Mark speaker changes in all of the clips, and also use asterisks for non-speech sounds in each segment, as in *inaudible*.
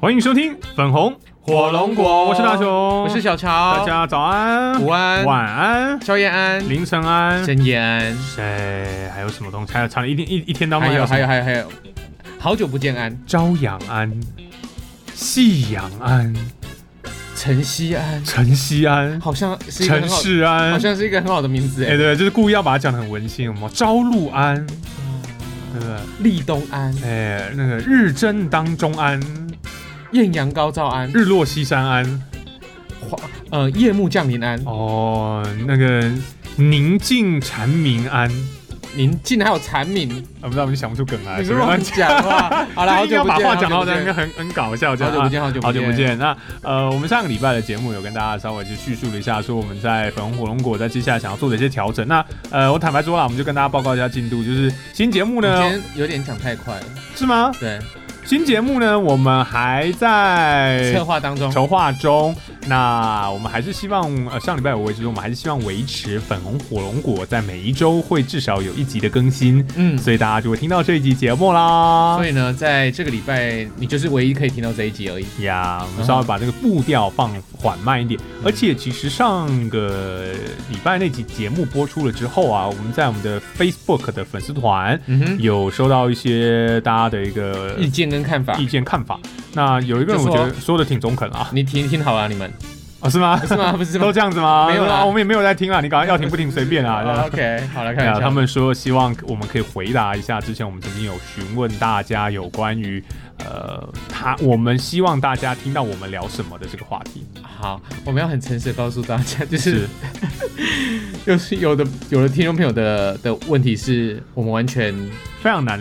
Speaker 1: 欢迎收听粉红
Speaker 2: 火龙果
Speaker 1: 我是大雄，
Speaker 2: 我是小乔，
Speaker 1: 大家早安、
Speaker 2: 午安、
Speaker 1: 晚安、
Speaker 2: 宵夜安、
Speaker 1: 凌晨安，
Speaker 2: 深夜安，
Speaker 1: 谁还有什么东西？还有差了一天一一天到晚
Speaker 2: 还有还
Speaker 1: 有
Speaker 2: 有还有还有，好久不见安，
Speaker 1: 朝阳安、夕阳安、
Speaker 2: 晨曦安，
Speaker 1: 晨曦安、
Speaker 2: 好像是一个
Speaker 1: 城
Speaker 2: 很好，
Speaker 1: 市安
Speaker 2: 好，像是一个很好的名字
Speaker 1: 哎、
Speaker 2: 哎，
Speaker 1: 对，就是故意要把它讲的很文青，有没有朝露安，对不对？
Speaker 2: 立冬安、
Speaker 1: 哎、那个日正当中安，
Speaker 2: 艳阳高照安、
Speaker 1: 日落西山安，
Speaker 2: 花呃夜幕降临安，
Speaker 1: 哦，那个宁静蝉鸣安，
Speaker 2: 您竟然还有蝉鸣，
Speaker 1: 啊，不知道我们就想不出梗来，
Speaker 2: *laughs* 你是
Speaker 1: 随便
Speaker 2: 乱
Speaker 1: 乱
Speaker 2: 讲话。好了，好
Speaker 1: 一定
Speaker 2: 久
Speaker 1: *laughs* 要
Speaker 2: 不
Speaker 1: 把
Speaker 2: 见，
Speaker 1: 话讲
Speaker 2: 好
Speaker 1: 到这
Speaker 2: 久不
Speaker 1: 样，应该
Speaker 2: 见，
Speaker 1: 很很搞笑，这
Speaker 2: 好
Speaker 1: 样
Speaker 2: 久不见，好久
Speaker 1: 好久不
Speaker 2: 不见。
Speaker 1: 见。那呃，我们上个礼拜的节目有跟大家稍微就叙述了一下，说我们在粉红火龙果在接下来想要做的一些调整。那呃，我坦白说啦，我们就跟大家报告一下进度，就是新节目
Speaker 2: 你今
Speaker 1: 呢，
Speaker 2: 天有点讲太快了，
Speaker 1: 是吗？
Speaker 2: 对，
Speaker 1: 新节目呢，我们还在
Speaker 2: 策划当中，
Speaker 1: 筹划中。那我们还是希望，呃，上礼拜我维持，我们还是希望维持粉红火龙果在每一周会至少有一集的更新，
Speaker 2: 嗯，
Speaker 1: 所以大家就会听到这一集节目啦
Speaker 2: 所。以呢，在这个礼拜你就是唯一可以听到这一集而已。
Speaker 1: 呀，
Speaker 2: 嗯
Speaker 1: 我们稍微把这个步调放缓慢一点。而且其实上个礼拜那集节目播出了之后啊，我们在我们的 Facebook 的粉丝团
Speaker 2: 嗯哼，
Speaker 1: 有收到一些大家的一个
Speaker 2: 意见跟看法，
Speaker 1: 意见看法。那有一个人我觉得说的挺中肯啊，
Speaker 2: 你听听好啊，你们
Speaker 1: 啊是吗？
Speaker 2: 是吗？不是吗
Speaker 1: 都这样子吗？
Speaker 2: 没有啦
Speaker 1: 啊我们也没有在听啊，你赶快要停不停随便啊。这样
Speaker 2: 哦 OK，好了，
Speaker 1: 对
Speaker 2: 看一
Speaker 1: 啊，
Speaker 2: 下
Speaker 1: 他们说希望我们可以回答一下，之前我们曾经有询问大家有关于呃他我们希望大家听到我们聊什么的这个话题。
Speaker 2: 好，我们要很诚实的告诉大家，就是 *laughs* 就是有的有的听众朋友的的问题是我们完全
Speaker 1: 非常难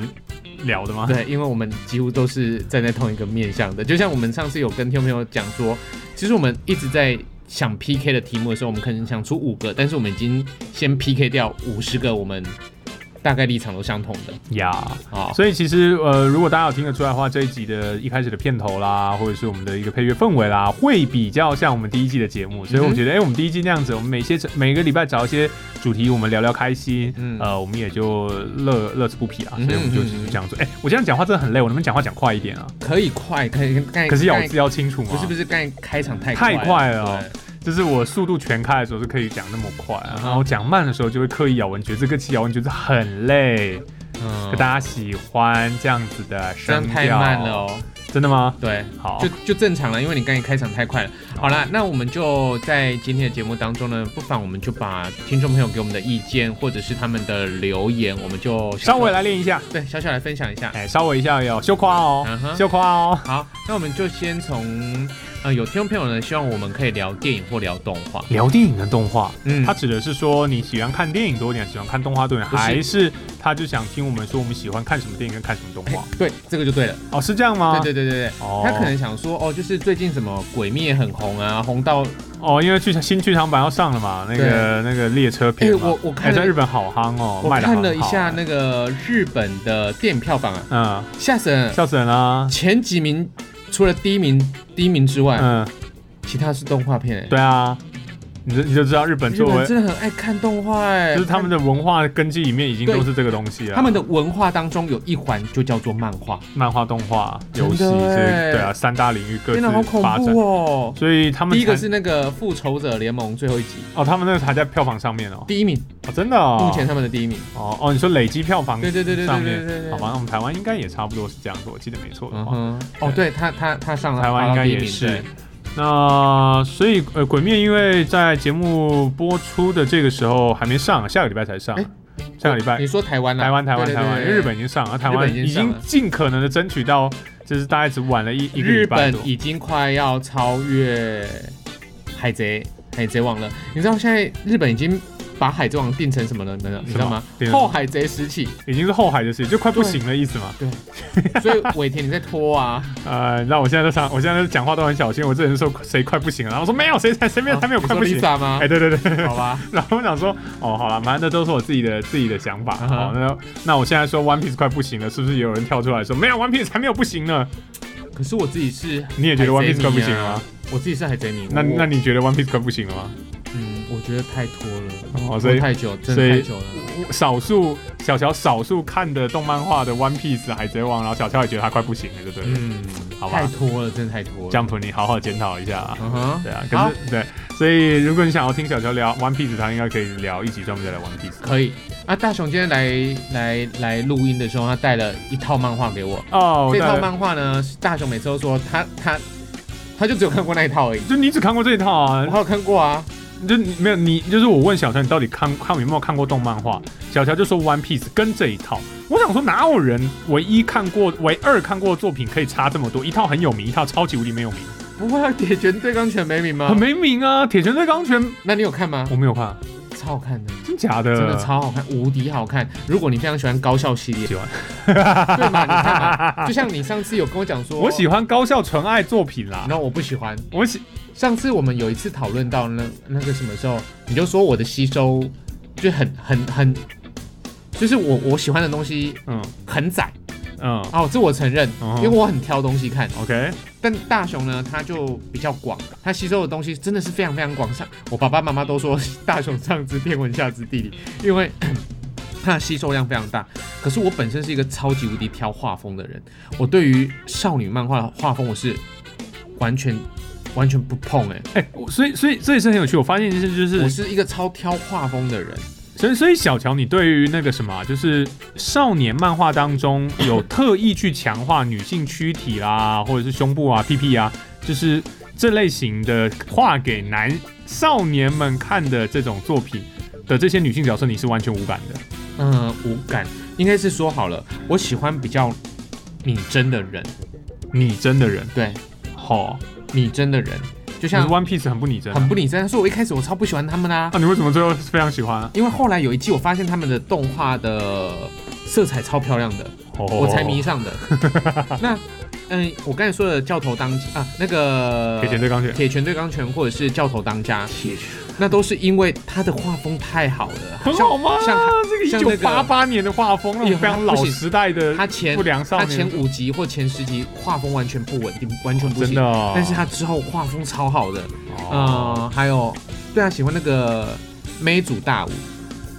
Speaker 1: 聊的吗？
Speaker 2: 对，因为我们几乎都是站在同一个面向的。就像我们上次有跟听众朋友讲说，其实我们一直在想 PK 的题目的时候，我们可能想出五个，但是我们已经先 PK 掉五十个我们大概立场都相同的。
Speaker 1: 呀
Speaker 2: 好，
Speaker 1: 所以其实呃，如果大家有听得出来的话，这一集的一开始的片头啦，或者是我们的一个配乐氛围啦，会比较像我们第一季的节目。所以
Speaker 2: 嗯
Speaker 1: 我们觉得，哎、我们第一季那样子，我们每些每个礼拜找一些主题，我们聊聊开心，
Speaker 2: 嗯
Speaker 1: 呃，我们也就乐乐此不疲啊。
Speaker 2: 嗯哼
Speaker 1: 所以我们就
Speaker 2: 嗯哼
Speaker 1: 就讲说，哎、我这样讲话真的很累，我能不能讲话讲快一点啊？
Speaker 2: 可以快，可以刚才
Speaker 1: 可是咬
Speaker 2: 刚才
Speaker 1: 字要清楚吗？
Speaker 2: 哎不是不
Speaker 1: 是，
Speaker 2: 是，刚才开场太
Speaker 1: 太快了哦
Speaker 2: 对
Speaker 1: 就是我速度全开的时候是可以讲那么快、啊
Speaker 2: 嗯，哼
Speaker 1: 然后讲慢的时候就会刻意咬文嚼字，这个咬文嚼字很累。
Speaker 2: 嗯
Speaker 1: 可大家喜欢这样子的
Speaker 2: 这样
Speaker 1: 声调，
Speaker 2: 太慢了哦。
Speaker 1: 真的吗？
Speaker 2: 对，
Speaker 1: 好，
Speaker 2: 就就正常了，因为你刚才开场太快了。好啦，那我们就在今天的节目当中呢，不妨我们就把听众朋友给我们的意见或者是他们的留言，我们就
Speaker 1: 稍微来练一下，
Speaker 2: 对小小来分享一下。
Speaker 1: 哎，稍微一下哟，羞夸哦，
Speaker 2: 嗯哼
Speaker 1: 羞夸哦，
Speaker 2: 好，那我们就先从呃，有听众朋友呢，希望我们可以聊电影或聊动画。
Speaker 1: 聊电影跟动画。
Speaker 2: 嗯
Speaker 1: 他指的是说你喜欢看电影多一点，喜欢看动画多一点，
Speaker 2: 不是
Speaker 1: 还是他就想听我们说我们喜欢看什么电影跟看什么动画？
Speaker 2: 对，这个就对了。
Speaker 1: 哦，是这样吗？
Speaker 2: 对对对对对，
Speaker 1: 哦，
Speaker 2: 他可能想说，哦，就是最近什么《鬼灭》很红啊，红到
Speaker 1: 哦，因为剧场新剧场版要上了嘛，那个那个列车
Speaker 2: 哎、
Speaker 1: 片嘛，
Speaker 2: 我我
Speaker 1: 哎
Speaker 2: 看
Speaker 1: 在
Speaker 2: 了
Speaker 1: 日本好夯哦，
Speaker 2: 我
Speaker 1: 卖得
Speaker 2: 看
Speaker 1: 很
Speaker 2: 了一
Speaker 1: 好
Speaker 2: 下
Speaker 1: 哎
Speaker 2: 那个日本的电影票房啊，
Speaker 1: 嗯，
Speaker 2: 吓死人了！
Speaker 1: 笑死人啊啦，
Speaker 2: 前几名除了第一名第一名之外，
Speaker 1: 嗯，
Speaker 2: 其他是动画片、欸。
Speaker 1: 对啊，你就你就知道日本
Speaker 2: 日
Speaker 1: 作为
Speaker 2: 本真的很爱看动画、欸，
Speaker 1: 就是他们的文化根基里面已经
Speaker 2: 对
Speaker 1: 都是这个东西了。
Speaker 2: 他们的文化当中有一环就叫做漫画，
Speaker 1: 漫画、动画、
Speaker 2: 真的
Speaker 1: 游戏，这
Speaker 2: 欸
Speaker 1: 对啊，三大领域各自
Speaker 2: 天哪，好恐
Speaker 1: 发展
Speaker 2: 怖。哦！
Speaker 1: 所以他们
Speaker 2: 第一个
Speaker 1: 才
Speaker 2: 是那个《复仇者联盟》最后一集，
Speaker 1: 哦，他们那个还在票房上面哦，
Speaker 2: 第一名，
Speaker 1: 哦真的哦。
Speaker 2: 目前他们的第一名。
Speaker 1: 哦哦，你说累积票房
Speaker 2: 对对对对对
Speaker 1: 上
Speaker 2: 对对
Speaker 1: 面，
Speaker 2: 对对。
Speaker 1: 好吧，那我们台湾应该也差不多是这样子，我记得没错的
Speaker 2: 嗯
Speaker 1: 话。
Speaker 2: 哼，哦，对他他他上了
Speaker 1: 台湾应该
Speaker 2: 爬到第一名
Speaker 1: 也是
Speaker 2: 对
Speaker 1: 那所以呃，《鬼灭》因为在节目播出的这个时候还没上，下个礼拜才上
Speaker 2: 哎，
Speaker 1: 下个礼拜
Speaker 2: 你说台湾啦啊
Speaker 1: 台湾台湾
Speaker 2: 对对
Speaker 1: 台湾，
Speaker 2: 对
Speaker 1: 因
Speaker 2: 对
Speaker 1: 为日本已经上了，台湾
Speaker 2: 日本已
Speaker 1: 已
Speaker 2: 经上
Speaker 1: 经
Speaker 2: 了
Speaker 1: 尽可能的争取到，就是大概只晚了一一个礼
Speaker 2: 日
Speaker 1: 拜多。
Speaker 2: 本已经快要超越海贼海贼王了。你知道现在日本已经把海贼王定成什么了？你知道吗
Speaker 1: 定？成
Speaker 2: 后海贼时期。
Speaker 1: 已经是后海的事情，就快不行的意思嘛。
Speaker 2: 所以尾田你在拖啊？
Speaker 1: 呃，那我现在在上，我现在讲话都很小心。我之前说谁快不行了，然后说没有，谁才谁 *laughs* 没有，还没有快不行。
Speaker 2: 哦 Lisa 吗
Speaker 1: *laughs* 哎，？对对对，
Speaker 2: 好吧，
Speaker 1: 然后我想说，哦，好了，反正这都是我自己的自己的想法。
Speaker 2: 嗯哼
Speaker 1: 好，那那我现在说 One Piece 快不行了，是不是也有人跳出来说没有 One Piece 还没有不行呢？
Speaker 2: 可是我自己是
Speaker 1: 你也觉得 One
Speaker 2: 海
Speaker 1: Piece
Speaker 2: 贼迷啊
Speaker 1: 快不行了吗？
Speaker 2: 我自己是海贼迷。
Speaker 1: 那
Speaker 2: 我
Speaker 1: 那你觉得 One Piece 快不行了吗？
Speaker 2: 嗯，我觉得太拖了，
Speaker 1: 哦所以
Speaker 2: 拖太久，
Speaker 1: 所
Speaker 2: 真的
Speaker 1: 以
Speaker 2: 太久了。
Speaker 1: 少数小乔少数看的动漫画的《One Piece》海贼王，然后小乔也觉得他快不行了，对不对了？
Speaker 2: 嗯，
Speaker 1: 好吧
Speaker 2: 太拖了，真的太拖了。
Speaker 1: ，Jump，你好好检讨一下啊。
Speaker 2: 嗯哼，
Speaker 1: 对啊，可
Speaker 2: 好
Speaker 1: 是对，所以如果你想要听小乔聊《One Piece》，他应该可以聊一集专门在聊《One Piece》。
Speaker 2: 可以。啊，大雄今天来来来录音的时候，他带了一套漫画给我。
Speaker 1: 哦，
Speaker 2: 这套
Speaker 1: 对
Speaker 2: 漫画呢，大雄每次都说他他他就只有看过那一套而已。
Speaker 1: 就你只看过这一套啊
Speaker 2: 我？还有看过啊，
Speaker 1: 就你没有你，就是我问小乔你到底看看有没有看过动漫画，小乔就说《One Piece》跟这一套。我想说，哪有人唯一看过、唯二看过的作品可以差这么多？一套很有名，一套超级无敌没有名，
Speaker 2: 不会啊，铁拳对钢拳没名吗
Speaker 1: 很？没名啊！《铁拳对钢拳》
Speaker 2: 那你有看吗？
Speaker 1: 我没有看，
Speaker 2: 超好看的，
Speaker 1: 真假的？
Speaker 2: 真的超好看，无敌好看。如果你非常喜欢高校系列，
Speaker 1: 喜欢，
Speaker 2: 对嘛？你看
Speaker 1: *laughs*
Speaker 2: 嘛，就像你上次有跟我讲说，
Speaker 1: 我喜欢高校纯爱作品啦。
Speaker 2: 那我不喜欢。
Speaker 1: 我喜
Speaker 2: 上次我们有一次讨论到那那个什么时候，你就说我的吸收就很很很，就是我我喜欢的东西
Speaker 1: 嗯
Speaker 2: 很窄
Speaker 1: 嗯
Speaker 2: 哦，这我承认，
Speaker 1: 嗯哼
Speaker 2: 因为我很挑东西看。
Speaker 1: ，OK，
Speaker 2: 但大雄呢，他就比较广，他吸收的东西真的是非常非常广。上我爸爸妈妈都说 *laughs* 大雄上知天文下知地理，因为 *coughs* 他的吸收量非常大。可是我本身是一个超级无敌挑画风的人，我对于少女漫画的画风我是完全完全不碰哎、
Speaker 1: 哎、我所以所以这也是很有趣。我发现一件事，就
Speaker 2: 我
Speaker 1: 是
Speaker 2: 是一个超挑画风的人，
Speaker 1: 所以所以小乔，你对于那个什么啊，就是少年漫画当中有特意去强化女性躯体啦，或者是胸部啊、屁屁啊，就是这类型的画给男少年们看的这种作品的这些女性角色，你是完全无感的。
Speaker 2: 嗯、无感，应该是说好了，我喜欢比较拟真的人，
Speaker 1: 拟真的人，
Speaker 2: 对，
Speaker 1: 好、
Speaker 2: 拟真的人，就
Speaker 1: 像
Speaker 2: 像
Speaker 1: One Piece 很不拟真啊。
Speaker 2: 很不拟真，所以我一开始我超不喜欢他们啦、
Speaker 1: 啊，你为什么最后非常喜欢、啊？
Speaker 2: 因为后来有一季，我发现他们的动画的色彩超漂亮的，
Speaker 1: 哦
Speaker 2: 我才迷上的。
Speaker 1: *laughs*
Speaker 2: 那嗯，我刚才说的教头当啊，那个
Speaker 1: 铁拳对钢铁。
Speaker 2: 铁拳对钢拳，或者是教头当家，
Speaker 1: 铁拳
Speaker 2: 那都是因为他的画风太好了，
Speaker 1: 很好吗？
Speaker 2: 像
Speaker 1: 这个一
Speaker 2: 像
Speaker 1: 九
Speaker 2: 那个
Speaker 1: 八八年的画风，那
Speaker 2: 哎
Speaker 1: 种
Speaker 2: 呦
Speaker 1: 非常老
Speaker 2: 不行
Speaker 1: 时代的
Speaker 2: 像他前
Speaker 1: 不良少
Speaker 2: 他
Speaker 1: 年
Speaker 2: 前，五集或前十集画风完全不稳定，完全不
Speaker 1: 真
Speaker 2: 行。
Speaker 1: 的哦。
Speaker 2: 但是他之后画风超好的，
Speaker 1: 哦，
Speaker 2: 嗯，还有对啊，喜欢那个妹组大舞，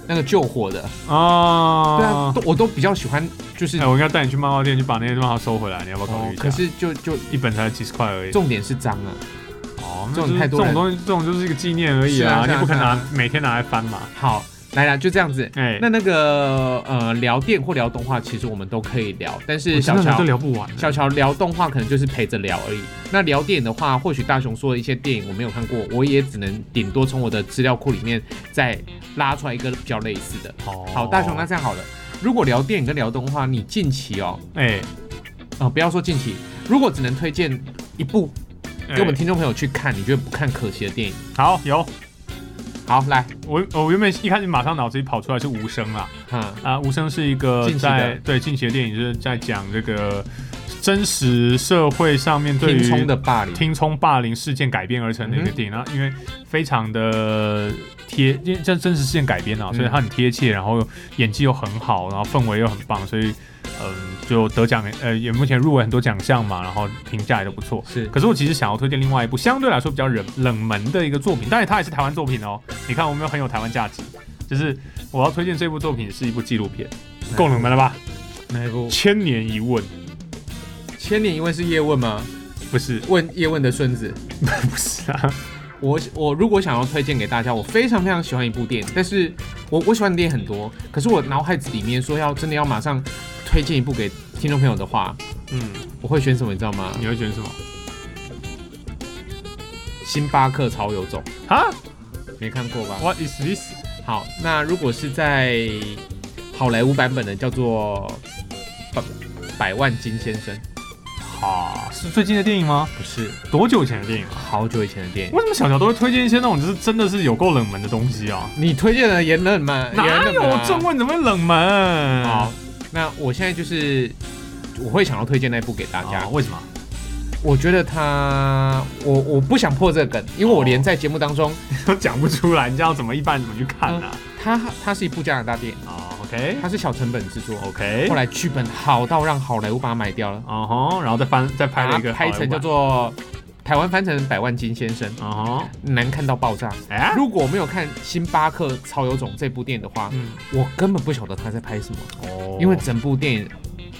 Speaker 2: 那个救火的，对啊，
Speaker 1: 啊，
Speaker 2: 都我都比较喜欢，就是
Speaker 1: 哎，我应该带你去漫画店去把那些漫画收回来，你要不要考虑一下？
Speaker 2: 哦可是就就
Speaker 1: 一本才几十块而已。
Speaker 2: 重点是脏啊，
Speaker 1: 哦，
Speaker 2: 这
Speaker 1: 那
Speaker 2: 种
Speaker 1: 就是
Speaker 2: 太多
Speaker 1: 这种
Speaker 2: 人
Speaker 1: 东西，这种就是一个纪念而已
Speaker 2: 是啊
Speaker 1: 啊，
Speaker 2: 是
Speaker 1: 你
Speaker 2: 啊
Speaker 1: 不可能拿
Speaker 2: 是啊
Speaker 1: 每天拿来翻嘛。
Speaker 2: 好，来啦，就这样子。
Speaker 1: 哎，
Speaker 2: 那那个呃，聊电或聊动画，其实我们都可以聊，但
Speaker 1: 我
Speaker 2: 是
Speaker 1: 真
Speaker 2: 小
Speaker 1: 的
Speaker 2: 乔
Speaker 1: 都。聊不完了。
Speaker 2: 小乔聊动画可能就是陪着聊而已。那聊电影的话，或许大雄说的一些电影我没有看过，我也只能顶多从我的资料库里面再拉出来一个比较类似的。
Speaker 1: 哦
Speaker 2: 好，大雄，那这样好了，如果聊电影跟聊动画，你近期哦，
Speaker 1: 哎，
Speaker 2: 啊、不要说近期，如果只能推荐一部
Speaker 1: 哎
Speaker 2: 给我们听众朋友去看，你觉得不看可惜的电影？
Speaker 1: 好有
Speaker 2: 好，来，
Speaker 1: 我我原本一开始马上脑子里跑出来是无声啦，
Speaker 2: 哈，
Speaker 1: 啊，无声是一个
Speaker 2: 近期的
Speaker 1: 在对近期的电影，就是在讲这个真实社会上面对于
Speaker 2: 听冲的霸凌。
Speaker 1: 听冲霸凌事件改编而成的一个
Speaker 2: 嗯哼
Speaker 1: 电影，然后因为非常的贴，因为这真实事件改编啊，
Speaker 2: 嗯
Speaker 1: 所以它很贴切，然后演技又很好，然后氛围又很棒，所以嗯、就得奖呃也目前入围很多奖项嘛，然后评价也都不错。
Speaker 2: 是
Speaker 1: 可是我其实想要推荐另外一部相对来说比较冷冷门的一个作品，当然它也是台湾作品哦。你看我有没有很有台湾价值？就是我要推荐这部作品是一部纪录片，
Speaker 2: 嗯
Speaker 1: 够冷门了吧？
Speaker 2: 哪一部？
Speaker 1: 千年一问
Speaker 2: 千年一问是叶问吗？
Speaker 1: 不是 *laughs*
Speaker 2: 问叶问的孙子。
Speaker 1: 不是啊，
Speaker 2: 我我如果想要推荐给大家，我非常非常喜欢一部电影，但是我我喜欢的电影很多，可是我脑海子里面说要真的要马上推荐一部给听众朋友的话，
Speaker 1: 嗯，
Speaker 2: 我会选什么你知道吗？
Speaker 1: 你会选什么
Speaker 2: 星巴克超有种，
Speaker 1: 啊
Speaker 2: 没看过吧？
Speaker 1: ？What is this？
Speaker 2: 好，那如果是在好莱坞版本的叫做百百万金先生，
Speaker 1: 啊，是最近的电影吗？
Speaker 2: 不是
Speaker 1: 多久以前的电影啊？
Speaker 2: 好久以前的电影。
Speaker 1: 为什么小乔都会推荐一些那种就是真的是有够冷门的东西啊？
Speaker 2: 你推荐的也冷吗？
Speaker 1: 哪
Speaker 2: 也冷
Speaker 1: 有
Speaker 2: 吗
Speaker 1: 中文怎么会冷门？
Speaker 2: 好，嗯那我现在就是我会想要推荐那部给大家。
Speaker 1: 啊，为什么？
Speaker 2: 我觉得他，我我不想破这个梗，因为我连在节目当中，
Speaker 1: 都 *laughs* 讲不出来，你知道怎么一般人怎么去看呢、
Speaker 2: 它它是一部加拿大电影，
Speaker 1: 啊？哦，OK
Speaker 2: 它是小成本制作，
Speaker 1: OK，啊
Speaker 2: 后来剧本好到让好莱坞把它买掉了，
Speaker 1: 哦吼，然后再翻再拍了一个
Speaker 2: 把它拍
Speaker 1: 好莱
Speaker 2: 成叫
Speaker 1: 坞版
Speaker 2: 做台湾翻成百万金先生，
Speaker 1: 哦，
Speaker 2: 难看到爆炸。
Speaker 1: 哎，
Speaker 2: 如果我没有看《星巴克超有种》这部电影的话，
Speaker 1: 嗯，
Speaker 2: 我根本不晓得他在拍什么，
Speaker 1: 哦
Speaker 2: 因为整部电影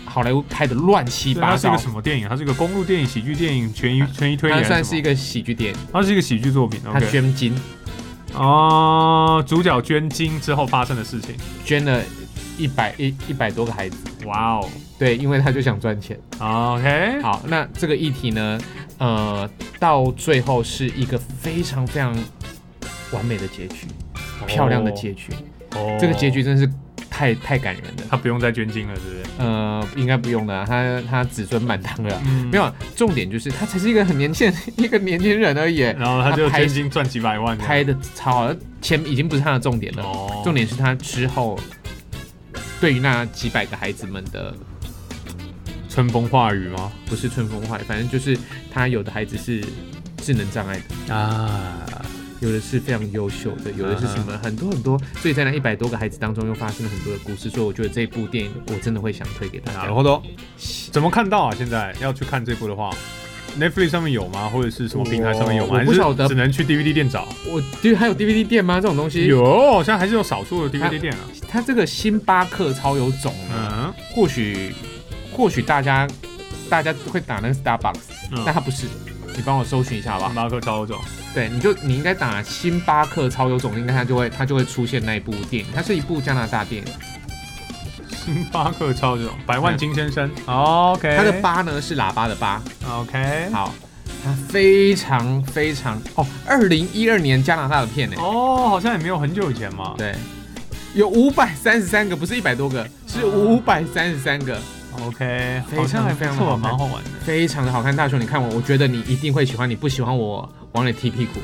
Speaker 2: 好莱坞拍的乱七
Speaker 1: 对它
Speaker 2: 八
Speaker 1: 是一
Speaker 2: 糟
Speaker 1: 个。什么电影？它是一个公路电影、喜剧电影、 *laughs* 悬疑悬疑推理还
Speaker 2: 它
Speaker 1: 什么，
Speaker 2: 算是一个喜剧电影，
Speaker 1: 它是一个喜剧作品。
Speaker 2: 他
Speaker 1: OK，
Speaker 2: 捐金
Speaker 1: 哦，主角捐精之后发生的事情。
Speaker 2: 捐了一百一一百多个孩子，
Speaker 1: 哇哦啊
Speaker 2: 对，因为他就想
Speaker 1: *laughs*
Speaker 2: 赚钱。
Speaker 1: ，OK，
Speaker 2: 好，那这个议题呢，呃，到最后是一个非常非常完美的结局，漂亮的结局。
Speaker 1: 哦，
Speaker 2: 这个结局真是太太感人了。
Speaker 1: 他不用再捐精了，是不是？
Speaker 2: 呃，应该不用了，他他子孙满堂了。
Speaker 1: 嗯
Speaker 2: 没有，啊重点就是他才是一个很年轻 *laughs* 一个年轻人而已。
Speaker 1: 然后他就
Speaker 2: 拍
Speaker 1: 捐精赚几百万这样，
Speaker 2: 拍的超好，钱已经不是他的重点了，
Speaker 1: 哦，
Speaker 2: 重点是他之后对于那几百个孩子们的
Speaker 1: 春风化雨吗？
Speaker 2: 不是春风化雨，反正就是他有的孩子是智能障碍的，
Speaker 1: 啊，
Speaker 2: 有的是非常优秀的，有的是什么很多很多，所以在那一百多个孩子当中又发生了很多的故事，所以我觉得这部电影我真的会想推给大
Speaker 1: な
Speaker 2: 家
Speaker 1: る。ほど。怎么看到啊？现在要去看这部的话，Netflix 上面有吗？或者是什么平台上面有吗？
Speaker 2: 我我不
Speaker 1: 还是
Speaker 2: 晓得
Speaker 1: 只能去 DVD 店找。
Speaker 2: 我对还有 DVD 店吗？这种东西，
Speaker 1: 有，现在还是有少数的 DVD 店啊。
Speaker 2: 它这个星巴克超有种呢，
Speaker 1: 嗯，
Speaker 2: 或许或许大家大家会打那个 Starbucks，、
Speaker 1: 嗯
Speaker 2: 但它不是。你帮我搜寻一下吧
Speaker 1: 星。巴克超种。 *laughs*
Speaker 2: 对，你就你应该打星巴克超有种，应该它就会它就会出现那一部电影。它是一部加拿大电影，
Speaker 1: 星巴克超种，百万金先生。OK，
Speaker 2: 啊它的八呢是喇叭的八。
Speaker 1: OK，
Speaker 2: 好，它非常非常哦，二零一二年加拿大的片呢、
Speaker 1: 哦，好像也没有很久以前嘛。
Speaker 2: 对，有五百三十三个，不是一百多个，是五百三十三个，
Speaker 1: OK，
Speaker 2: 非常
Speaker 1: 好像还
Speaker 2: 非
Speaker 1: 不
Speaker 2: 常好
Speaker 1: 错，
Speaker 2: 看
Speaker 1: 蛮好玩的。 *laughs*
Speaker 2: 非常的好看。大雄，你看我，我觉得你一定会喜欢，你不喜欢我往里踢屁股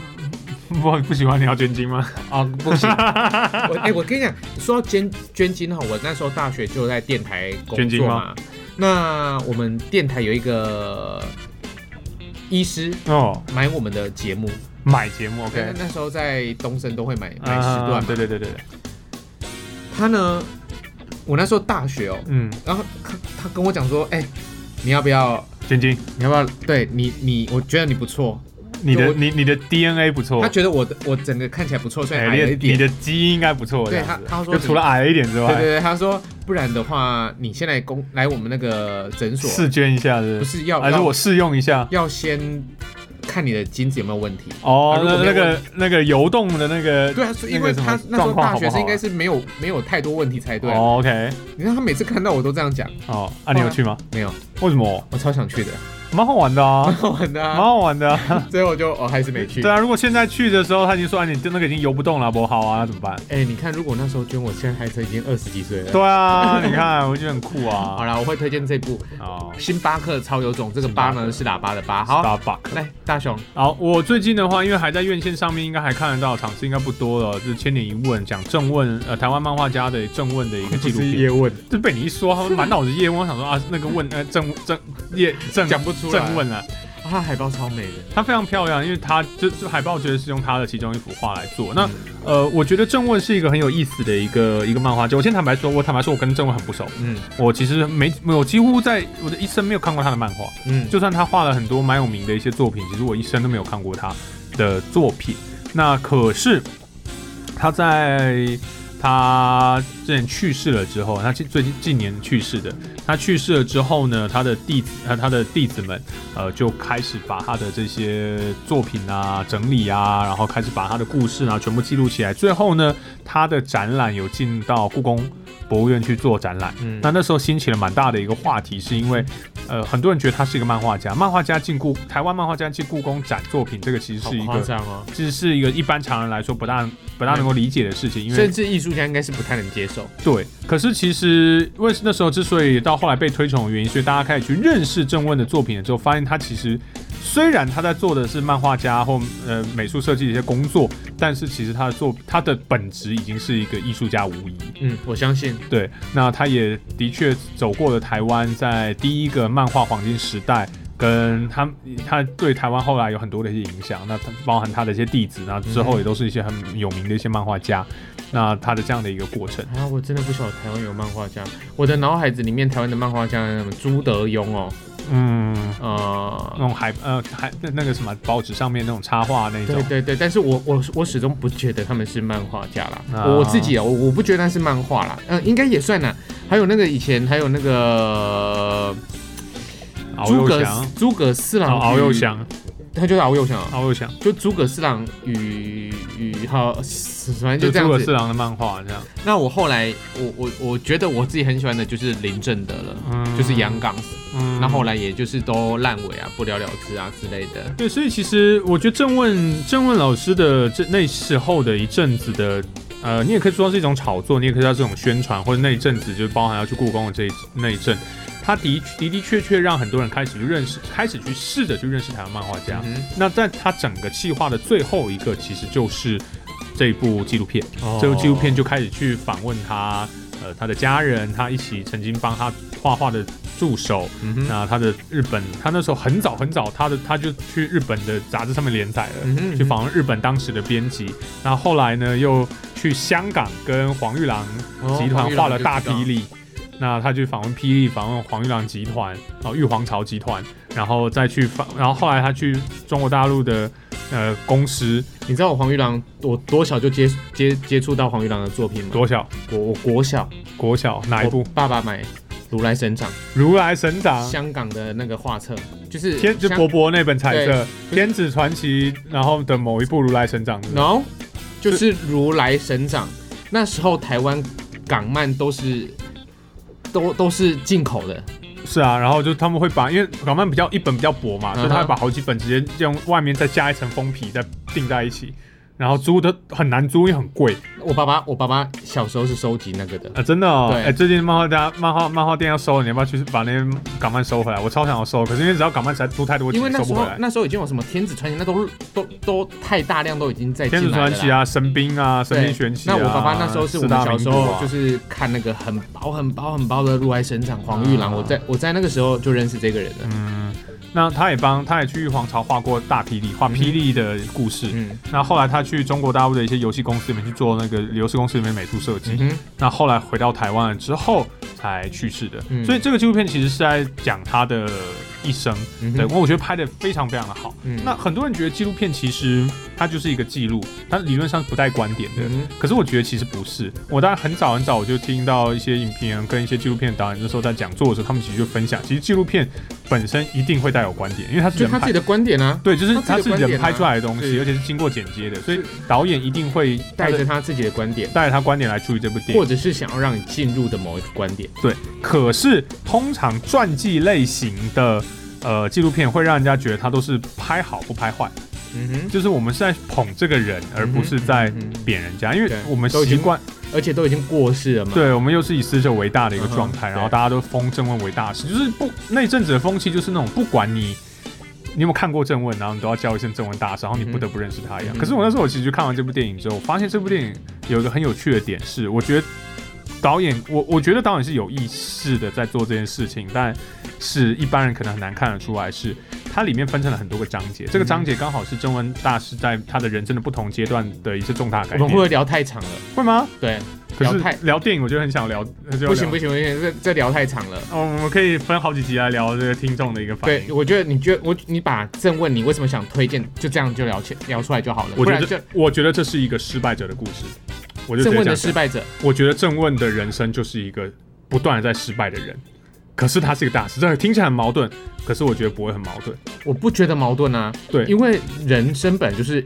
Speaker 1: 不不喜欢你要捐精吗？
Speaker 2: 啊、不行。 *laughs* 我哎、我跟你讲，说到捐捐精哈，我那时候大学就在电台工
Speaker 1: 捐精
Speaker 2: 作
Speaker 1: 吗
Speaker 2: 嘛。那我们电台有一个医师
Speaker 1: 哦，
Speaker 2: 买我们的节目
Speaker 1: 买节目
Speaker 2: 对，
Speaker 1: OK，
Speaker 2: 那时候在东升都会买买时段
Speaker 1: 啊
Speaker 2: 嘛。
Speaker 1: 对对对对对，
Speaker 2: 他呢，我那时候大学哦，
Speaker 1: 嗯，
Speaker 2: 然后他他跟我讲说，哎、你要不要？
Speaker 1: 捐精，
Speaker 2: 你要不要？对你你，我觉得你不错。
Speaker 1: 你的
Speaker 2: 我
Speaker 1: 你你的 DNA 不错
Speaker 2: 他。觉得我的我整个看起来不错，所以
Speaker 1: 哎
Speaker 2: 矮
Speaker 1: 你
Speaker 2: 了
Speaker 1: 的
Speaker 2: 一
Speaker 1: 你
Speaker 2: 点。
Speaker 1: 的基因应该不错，
Speaker 2: 对
Speaker 1: 这样子
Speaker 2: 他他说
Speaker 1: 就除了矮了一点之
Speaker 2: 对对
Speaker 1: 外，
Speaker 2: 对，他说不然的话，你先来公来我们那个诊所，
Speaker 1: 试捐一下是
Speaker 2: 不
Speaker 1: 不是？
Speaker 2: 是要
Speaker 1: 还是
Speaker 2: 要
Speaker 1: 我试用一下？
Speaker 2: 要先看你的精子有没有问题？
Speaker 1: 哦
Speaker 2: 啊，如果
Speaker 1: 那
Speaker 2: 没
Speaker 1: 那
Speaker 2: 有
Speaker 1: 个那个游动的那个，
Speaker 2: 对啊，所以因
Speaker 1: 那个
Speaker 2: 为
Speaker 1: 什么
Speaker 2: 他那时候
Speaker 1: 状况
Speaker 2: 大学
Speaker 1: 好不好
Speaker 2: 生应该是没有没有太多问题才对啊。
Speaker 1: 哦，OK，
Speaker 2: 你看他每次看到我都这样讲，
Speaker 1: 哦，啊，你有去吗？
Speaker 2: 没有，
Speaker 1: 为什么？
Speaker 2: 我超想去的， *laughs*
Speaker 1: 蛮好玩的啊
Speaker 2: 蛮， *laughs* 好玩的
Speaker 1: 蛮
Speaker 2: 啊。
Speaker 1: 好玩的啊。
Speaker 2: 最后我就哦还是没 *laughs* 去。
Speaker 1: 对啊，如果现在去的时候，他已经说啊，你那个已经游不动了，不好啊，那怎么办？
Speaker 2: 哎、你看，如果那时候捐，我现在孩子已经二十几岁了。
Speaker 1: 对啊，你看，我觉得很酷
Speaker 2: 好 *laughs*
Speaker 1: 啊。
Speaker 2: 啦，我会推荐这部
Speaker 1: 哦
Speaker 2: 《星巴克超有种》，这个
Speaker 1: 星巴
Speaker 2: 八
Speaker 1: 克
Speaker 2: 呢是喇叭的八。好，
Speaker 1: ，Starbucks。
Speaker 2: 来大雄，
Speaker 1: 好，我最近的话，因为还在院线上面，应该还看得到，场次应该不多了。就是《千年一问》讲郑问，呃，台湾漫画家的郑问的一个纪录片。
Speaker 2: 问，
Speaker 1: 就被你一说，他们满脑子叶问，我想说啊，那个问，呃，郑郑叶郑
Speaker 2: 讲不出来
Speaker 1: 郑问啊，
Speaker 2: 啊它海报超美的。
Speaker 1: 它非常漂亮，因为它就就海报，我觉得是用它的其中一幅画来做。那呃，我觉得郑问是一个很有意思的一个一个漫画家。我先坦白说，我坦白说，我跟郑问很不熟，
Speaker 2: 嗯
Speaker 1: 我其实没，我几乎在我的一生没有看过他的漫画。
Speaker 2: 嗯，
Speaker 1: 就算他画了很多蛮有名的一些作品，其实我一生都没有看过他的作品。那可是他在他之前去世了之后，他近呃最近近年去世的，他去世了之后呢，他的弟子呃他的弟子们呃就开始把他的这些作品啊整理啊，然后开始把他的故事啊全部记录起来。最后呢，他的展览有进到故宫博物院去做展览。
Speaker 2: 嗯
Speaker 1: 那那时候兴起了蛮大的一个话题，是因为呃，很多人觉得他是一个漫画家，漫画家进故台湾漫画家进故宫展作品，这个其实
Speaker 2: 好
Speaker 1: 是一
Speaker 2: 夸
Speaker 1: 个，
Speaker 2: 张哦，
Speaker 1: 其实是一个一般常人来说不大不大能够理解的事情，因为
Speaker 2: 甚至艺术家应该是不太能接受。
Speaker 1: 对。可是其实因为那时候之所以到后来被推崇的原因，所以大家开始去认识郑问的作品了之后，发现他其实虽然他在做的是漫画家或呃美术设计的一些工作，但是其实他的作他的本质已经是一个艺术家无疑。
Speaker 2: 嗯，我相信。
Speaker 1: 对，那他也的确走过了台湾在第一个漫画黄金时代，跟他他对台湾后来有很多的一些影响。那他包含他的一些弟子，那之后也都是一些很有名的一些漫画家。那他的这样的一个过程，
Speaker 2: 啊，我真的不晓得台湾有漫画家。我的脑海子里面台湾的漫画家，什么朱德庸哦，
Speaker 1: 嗯，
Speaker 2: 呃
Speaker 1: 那，种海呃海那个什么报纸上面那种插画那
Speaker 2: 对
Speaker 1: 种，
Speaker 2: 对对，但是我我我始终不觉得他们是漫画家啦，
Speaker 1: 啊
Speaker 2: 我我自己啊，我我不觉得他是漫画啦，嗯、应该也算啦。还有那个以前还有那个
Speaker 1: 呃敖
Speaker 2: 诸
Speaker 1: 幼
Speaker 2: 葛
Speaker 1: 祥，
Speaker 2: 诸葛四郎
Speaker 1: 哦
Speaker 2: 与
Speaker 1: 敖幼，祥，
Speaker 2: 他就是敖幼祥啊，
Speaker 1: 敖幼祥，
Speaker 2: 就诸葛四郎与与好，反正
Speaker 1: 就
Speaker 2: 就这
Speaker 1: 诸葛
Speaker 2: 样
Speaker 1: 四
Speaker 2: 子。
Speaker 1: 郎的漫画这样，
Speaker 2: 那我后来我我我觉得我自己很喜欢的就是林正德了，
Speaker 1: 嗯
Speaker 2: 就是杨，港，
Speaker 1: 嗯
Speaker 2: 那后来也就是都烂尾啊，不了了之啊之类的。
Speaker 1: 对，所以其实我觉得郑问郑问老师的这那时候的一阵子的，呃，你也可以说是一种炒作，你也可以说是一种宣传，或者那一阵子就包含要去故宫的这一那一阵，他的的的确确让很多人开始去认识，开始去试着去认识台湾漫画家。
Speaker 2: 嗯
Speaker 1: 那在他整个企划的最后一个，其实就是这部纪录片。
Speaker 2: 哼，
Speaker 1: 这部纪录片就开始去访问他，呃，他的家人，他一起曾经帮他画画的助手，
Speaker 2: 嗯哼，
Speaker 1: 那他的日本，他那时候很早很早，他的他就去日本的杂志上面连载了，
Speaker 2: 嗯哼
Speaker 1: 去访问日本当时的编辑。那后来呢，又去香港跟黄玉郎
Speaker 2: 哦
Speaker 1: 集团画了大霹雳。那他去访问霹雳，访问黄玉郎集团，哦，玉皇朝集团，然后再去访，然后后来他去中国大陆的呃公司
Speaker 2: 你知道我黄玉郎，我多小就接接接触到黄玉郎的作品吗？
Speaker 1: 多小
Speaker 2: 我我国小
Speaker 1: 国小哪一
Speaker 2: 我
Speaker 1: 部？
Speaker 2: 爸爸买《如来神掌》
Speaker 1: 如来神掌，
Speaker 2: 香港的那个画册，就是
Speaker 1: 啊天就
Speaker 2: 香
Speaker 1: 伯伯那本彩色
Speaker 2: 对
Speaker 1: 《天子传奇》，然后的某一部《如来神掌》是不是
Speaker 2: No，就是《如来神掌》。那时候台湾港漫都是都都是进口的，
Speaker 1: 是啊，然后就他们会把，因为港漫比较一本比较薄嘛，
Speaker 2: 嗯哼
Speaker 1: 所以他会把好几本直接用外面再加一层封皮再订在一起，然后租的很难租，因为很贵
Speaker 2: 我爸爸我爸爸小时候是收集那个的
Speaker 1: 啊、。真的哦。
Speaker 2: 对
Speaker 1: 哎、最近漫画家漫画漫画店要收了，你要不要去把那些港漫收回来？我超想要收，可是因为只要港漫实在租太多，
Speaker 2: 因为那
Speaker 1: 收
Speaker 2: 时
Speaker 1: 不
Speaker 2: 候
Speaker 1: 回来。
Speaker 2: 那时候已经有什么天子传奇，那都都都太大量都已经在进
Speaker 1: 天子
Speaker 2: 来了
Speaker 1: 传
Speaker 2: 啦。
Speaker 1: 奇啊，神兵啊，神兵
Speaker 2: 对，
Speaker 1: 玄奇啊。
Speaker 2: 那我爸爸那时候是我们小时
Speaker 1: 四大名捕
Speaker 2: 候
Speaker 1: 啊
Speaker 2: 就是看那个很薄很薄很薄的《如来神掌》黄玉郎，
Speaker 1: 啊
Speaker 2: 我在我在那个时候就认识这个人了。
Speaker 1: 嗯，那他也帮他也去玉皇朝画过大霹雳，画霹雳的故事。
Speaker 2: 嗯
Speaker 1: 那后来他去中国大陆的一些游戏公司里面去做那个游戏公司里面美术设计，
Speaker 2: 嗯哼，
Speaker 1: 那后来回到台湾了之后才去世的。
Speaker 2: 嗯
Speaker 1: 所以这个纪录片其实是在讲他的一生，
Speaker 2: 嗯
Speaker 1: 对，
Speaker 2: 哼，
Speaker 1: 我觉得拍的非常非常的好。
Speaker 2: 嗯
Speaker 1: 那很多人觉得纪录片其实它就是一个记录，它理论上是不带观点的。
Speaker 2: 嗯
Speaker 1: 可是我觉得其实不是，我当然很早很早我就听到一些影评人跟一些纪录片导演那时候在讲座的时候，他们其实就分享，其实纪录片本身一定会带有观点，因为它是
Speaker 2: 就
Speaker 1: 人
Speaker 2: 他
Speaker 1: 拍
Speaker 2: 自己的观点啊，
Speaker 1: 对，就是
Speaker 2: 他
Speaker 1: 它
Speaker 2: 自己
Speaker 1: 是
Speaker 2: 的观
Speaker 1: 人
Speaker 2: 点啊
Speaker 1: 拍出来的东西，
Speaker 2: 是
Speaker 1: 而且是经过剪接的，所以导演一定会
Speaker 2: 带
Speaker 1: 他
Speaker 2: 着
Speaker 1: 的
Speaker 2: 他自己的观点，
Speaker 1: 带着他观点来处理这部电
Speaker 2: 或
Speaker 1: 影。
Speaker 2: 者是想要让你进入的某一个观点。
Speaker 1: 对，可是通常传记类型的呃纪录片会让人家觉得它都是拍好不拍坏，
Speaker 2: 嗯哼，
Speaker 1: 就是我们是在捧这个人，而不是在
Speaker 2: 嗯哼
Speaker 1: 贬人家，因为
Speaker 2: 对
Speaker 1: 我们
Speaker 2: 都已
Speaker 1: 习
Speaker 2: 经
Speaker 1: 惯
Speaker 2: 而且都已经过世了嘛。
Speaker 1: 对我们又是以死者为大的一个
Speaker 2: 嗯哼
Speaker 1: 状态，然后
Speaker 2: 对
Speaker 1: 大家都封正问为大师，就是不那一阵子的风气就是那种不管你。你有没有看过正问？然后你都要叫一声正问大师，然后你不得不认识他一样。
Speaker 2: 嗯哼
Speaker 1: 可是我那时候我其实去看完这部电影之后，我发现这部电影有一个很有趣的点是，我觉得导演，我我觉得导演是有意识的在做这件事情，但是一般人可能很难看得出来是。它里面分成了很多个章节，这个
Speaker 2: 嗯
Speaker 1: 章节刚好是正问大师在他的人生的不同阶段的一些重大改
Speaker 2: 我
Speaker 1: 变。
Speaker 2: 们会不会聊太长了？
Speaker 1: 会吗？
Speaker 2: 对，
Speaker 1: 可是
Speaker 2: 聊太
Speaker 1: 聊电影，我就很想聊，就
Speaker 2: 不行
Speaker 1: 聊
Speaker 2: 不行不行，这这聊太长了。
Speaker 1: 哦，我们可以分好几集来聊这个听众的一个反
Speaker 2: 对，
Speaker 1: 应。
Speaker 2: 我觉得你觉得我你把正问你为什么想推荐，就这样就聊起聊出来就好了，
Speaker 1: 我
Speaker 2: 不
Speaker 1: 觉
Speaker 2: 然
Speaker 1: 得
Speaker 2: 就
Speaker 1: 这，我觉得这是一个失败者的故事。我就直
Speaker 2: 正
Speaker 1: 接
Speaker 2: 问
Speaker 1: 这
Speaker 2: 的
Speaker 1: 样
Speaker 2: 失
Speaker 1: 讲，
Speaker 2: 败者。
Speaker 1: 我觉得郑问的人生就是一个不断的在失败的人，可是他是一个大师，这个听起来很矛盾，可是我觉得不会很矛盾。
Speaker 2: 我不觉得矛盾啊，
Speaker 1: 对
Speaker 2: 因为人生本来就是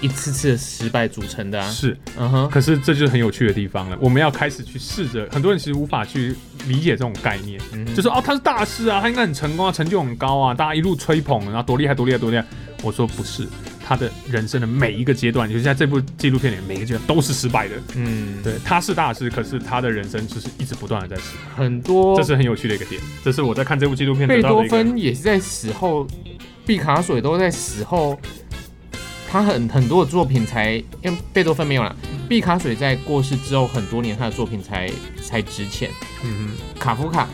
Speaker 2: 一一次次的失败组成的啊，
Speaker 1: 是，
Speaker 2: 嗯哼，
Speaker 1: 可是这就是很有趣的地方了。我们要开始去试着，很多人其实无法去理解这种概念，
Speaker 2: 嗯哼
Speaker 1: 就说哦，他是大师啊，他应该很成功啊，成就很高啊，大家一路吹捧，然后多厉害，多厉害，多厉害。我说不是，他的人生的每一个阶段，就是在这部纪录片里面，每一个阶段都是失败的。
Speaker 2: 嗯，
Speaker 1: 对，他是大师，可是他的人生就是一直不断的在失败，
Speaker 2: 很多
Speaker 1: 这是很有趣的一个点。这是我在看这部纪录片得
Speaker 2: 哦贝
Speaker 1: 到
Speaker 2: 多
Speaker 1: 的一个。
Speaker 2: 芬也是在死后，毕卡索也都在死后，他很很多的作品才，因为贝多芬没有啦，毕卡索也在过世之后很多年，他的作品才才值钱。
Speaker 1: 嗯
Speaker 2: 卡夫卡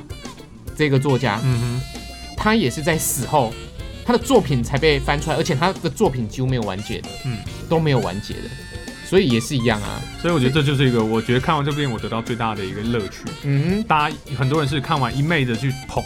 Speaker 2: 这个作家
Speaker 1: 哼，，嗯
Speaker 2: 他也是在死后，他的作品才被翻出来，而且他的作品几乎没有完结的，
Speaker 1: 嗯，
Speaker 2: 都没有完结的，所以也是一样啊，
Speaker 1: 哼，所以我觉得这就是一个，我觉得看完这部电影我得到最大的一个乐趣。
Speaker 2: 嗯哼。
Speaker 1: 大家很多人是看完一昧的去捧，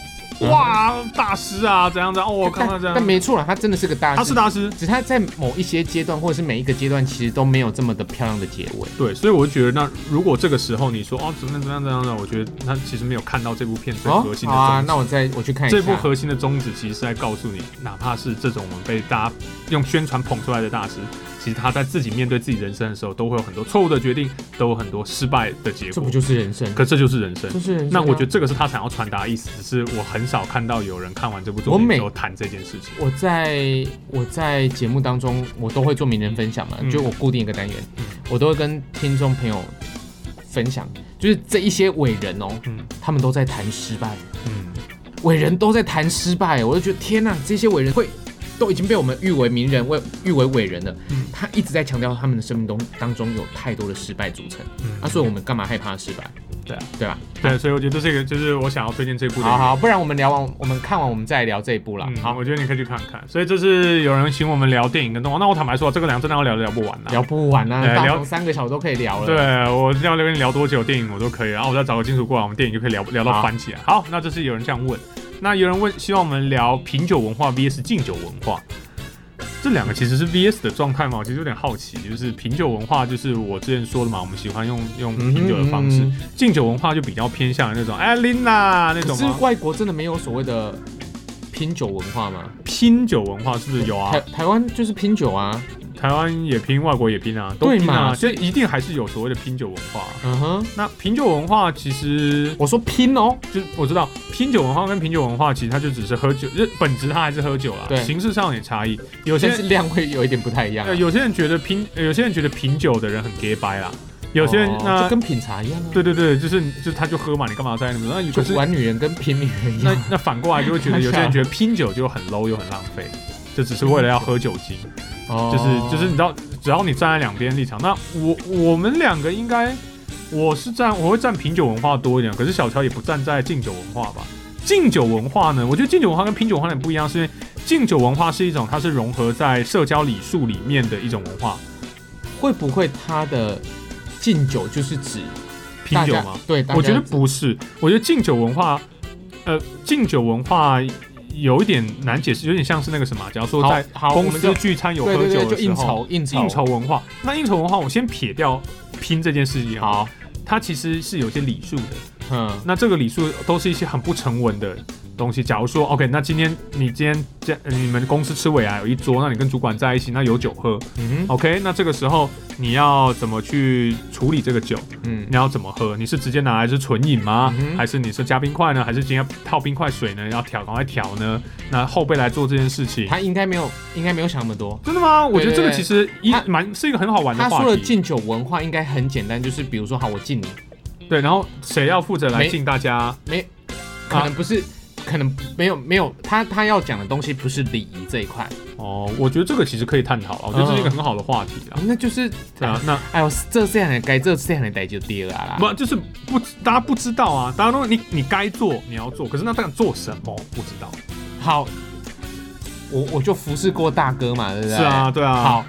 Speaker 1: 哇，大师啊，怎样怎样，哦，我看到这
Speaker 2: 但嗯 *laughs* 但
Speaker 1: 样，
Speaker 2: 没错了，他真的是个大师，
Speaker 1: 他是大师，
Speaker 2: 只是他在某一些阶段，或者是每一个阶段，其实都没有这么的漂亮的结尾。
Speaker 1: 对，所以我就觉得，那如果这个时候你说哦，怎么样怎么样怎么样怎么样，我觉得他其实没有看到这部片最核心的
Speaker 2: 好啊，
Speaker 1: 宗旨。
Speaker 2: 那我再我去看一下。
Speaker 1: 这部核心的宗旨其实是在告诉你，哪怕是这种我们被大家用宣传捧出来的大师，其实他在自己面对自己人生的时候，都会有很多错误的决定，都有很多失败的结
Speaker 2: 这
Speaker 1: 果
Speaker 2: 不。就是人生？
Speaker 1: 可这就是人生
Speaker 2: 这。是人生啊、
Speaker 1: 那我觉得这个是他想要传达的意思，只是我很少看到有人看完这部作
Speaker 2: 我
Speaker 1: 品
Speaker 2: 每
Speaker 1: 之后谈这件事情。
Speaker 2: 我在我在节目当中，我都会做名人分享嘛，
Speaker 1: 嗯
Speaker 2: 就我固定一个单元
Speaker 1: 嗯，
Speaker 2: 我都会跟听众朋友分享，就是这一些伟人哦，
Speaker 1: 嗯
Speaker 2: 他们都在谈失败，
Speaker 1: 嗯，
Speaker 2: 伟人都在谈失败，我就觉得天呐，这些伟人会都已经被我们誉为名人，为誉为伟人了，
Speaker 1: 嗯
Speaker 2: 他一直在强调他们的生命中当中有太多的失败组成，
Speaker 1: 嗯
Speaker 2: 啊，所以我们干嘛害怕失败？
Speaker 1: 对啊，
Speaker 2: 对吧？
Speaker 1: 对，所以我觉得这个就是我想要推荐这部的原
Speaker 2: 好
Speaker 1: 因。
Speaker 2: 好，不然我们聊完，我们看完我们再聊这一部啦。
Speaker 1: 嗯，
Speaker 2: 好，
Speaker 1: 我觉得你可以去看看。所以就是有人请我们聊电影跟动画，那我坦白说，这个两真的要聊聊不完啊。
Speaker 2: 聊不完啊，
Speaker 1: 哎
Speaker 2: 大
Speaker 1: 聊
Speaker 2: 同三个小时都可以聊了。
Speaker 1: 对，我要跟你聊多久电影我都可以，啊然后我再找个金属过来，我们电影就可以聊聊到
Speaker 2: 好
Speaker 1: 翻起来。好，那这是有人这样问，那有人问希望我们聊品酒文化 VS 敬酒文化，这两个其实是 VS 的状态嘛？我其实有点好奇，就是品酒文化就是我之前说的嘛，我们喜欢用用
Speaker 2: 嗯哼
Speaker 1: 品酒的方式
Speaker 2: 嗯，
Speaker 1: 敬酒文化就比较偏向那种哎琳娜那
Speaker 2: 可
Speaker 1: 种
Speaker 2: 是
Speaker 1: 吗？
Speaker 2: 外国真的没有所谓的拼酒文化吗？
Speaker 1: 拼酒文化是不是有啊
Speaker 2: 台？台湾就是拼酒啊，
Speaker 1: 台湾也拼，外国也拼啊，都
Speaker 2: 对
Speaker 1: 拼啊，
Speaker 2: 嘛
Speaker 1: 所以一定还是有所谓的拼酒文化啊。
Speaker 2: 嗯哼，
Speaker 1: 那品酒文化其实
Speaker 2: 我说拼哦，
Speaker 1: 就是我知道拼酒文化跟品酒文化，其实它就只是喝酒，就是本质它还是喝酒啦，
Speaker 2: 对
Speaker 1: 形式上有差异。有些
Speaker 2: 但
Speaker 1: 人
Speaker 2: 是量会有一点不太一样啊、
Speaker 1: 呃有些人觉得拼，呃有些人觉得品酒的人很 gay 白啦，有些人
Speaker 2: 哦
Speaker 1: 那、
Speaker 2: 就跟品茶一样啊，
Speaker 1: 对对对，就是你就他就喝嘛，你干嘛在那边？那有可
Speaker 2: 就是玩女人跟拼女人一
Speaker 1: 那
Speaker 2: 样。
Speaker 1: 那反过来就会觉得有些人觉得拼酒就很 low 又很浪费，就只是为了要喝酒精，
Speaker 2: 哦
Speaker 1: 就是就是你知道，只要你站在两边立场，那我我们两个应该我是站我会站品酒文化多一点，可是小乔也不站在敬酒文化吧。敬酒文化呢，我觉得敬酒文化跟品酒文化有点不一样，是因为敬酒文化是一种它是融合在社交礼数里面的一种文化，
Speaker 2: 会不会他的敬酒就是指
Speaker 1: 品
Speaker 2: 大
Speaker 1: 酒
Speaker 2: 家
Speaker 1: 吗？？
Speaker 2: 对，大家
Speaker 1: 我觉得不是，我觉得敬酒文化，呃，敬酒文化有一点难解释，有点像是那个什么，假如说
Speaker 2: 好
Speaker 1: 在
Speaker 2: 好，我
Speaker 1: 公
Speaker 2: 们
Speaker 1: 司
Speaker 2: 就
Speaker 1: 聚餐有喝
Speaker 2: 对
Speaker 1: 酒的
Speaker 2: 对
Speaker 1: 时候，
Speaker 2: 对，就应酬应酬
Speaker 1: 应酬文化。那应酬文化，我先撇掉拼这件事情，，
Speaker 2: 好，
Speaker 1: 它其实是有些礼数的。
Speaker 2: 嗯
Speaker 1: 那这个礼数都是一些很不成文的东西。假如说，OK，那今天你今天这呃你们公司吃尾牙有一桌，那你跟主管在一起，那有酒喝
Speaker 2: 嗯哼
Speaker 1: ，OK，那这个时候你要怎么去处理这个酒？
Speaker 2: 嗯
Speaker 1: 你要怎么喝？你是直接拿来是纯饮吗？
Speaker 2: 嗯哼
Speaker 1: 还是你是加冰块呢？还是今天泡冰块水呢？要调，赶快调呢？那后辈来做这件事情，
Speaker 2: 他应该没有应该没有想那么多。
Speaker 1: 真的吗？我觉得这个
Speaker 2: 对对
Speaker 1: 其实一
Speaker 2: 他
Speaker 1: 蛮是一个很好玩的
Speaker 2: 他
Speaker 1: 话
Speaker 2: 说的
Speaker 1: 题。
Speaker 2: 敬酒文化应该很简单，就是比如说，好，我敬你，
Speaker 1: 对，然后谁要负责来
Speaker 2: 没
Speaker 1: 敬大家？
Speaker 2: 没，可能不是，可能没有没有，他他要讲的东西不是礼仪这一块，
Speaker 1: 哦，我觉得这个其实可以探讨了，我觉得这
Speaker 2: 嗯
Speaker 1: 是一个很好的话题啊。
Speaker 2: 那就是，
Speaker 1: 对啊，那
Speaker 2: 哎呦，这这样的该这这样的代就跌了啦。
Speaker 1: 不就是不大家不知道啊，大家都你你该做你要做，可是那到底做什么不知道？
Speaker 2: 好，我我就服侍过大哥嘛，对不对？
Speaker 1: 是啊，，对啊，，
Speaker 2: 好，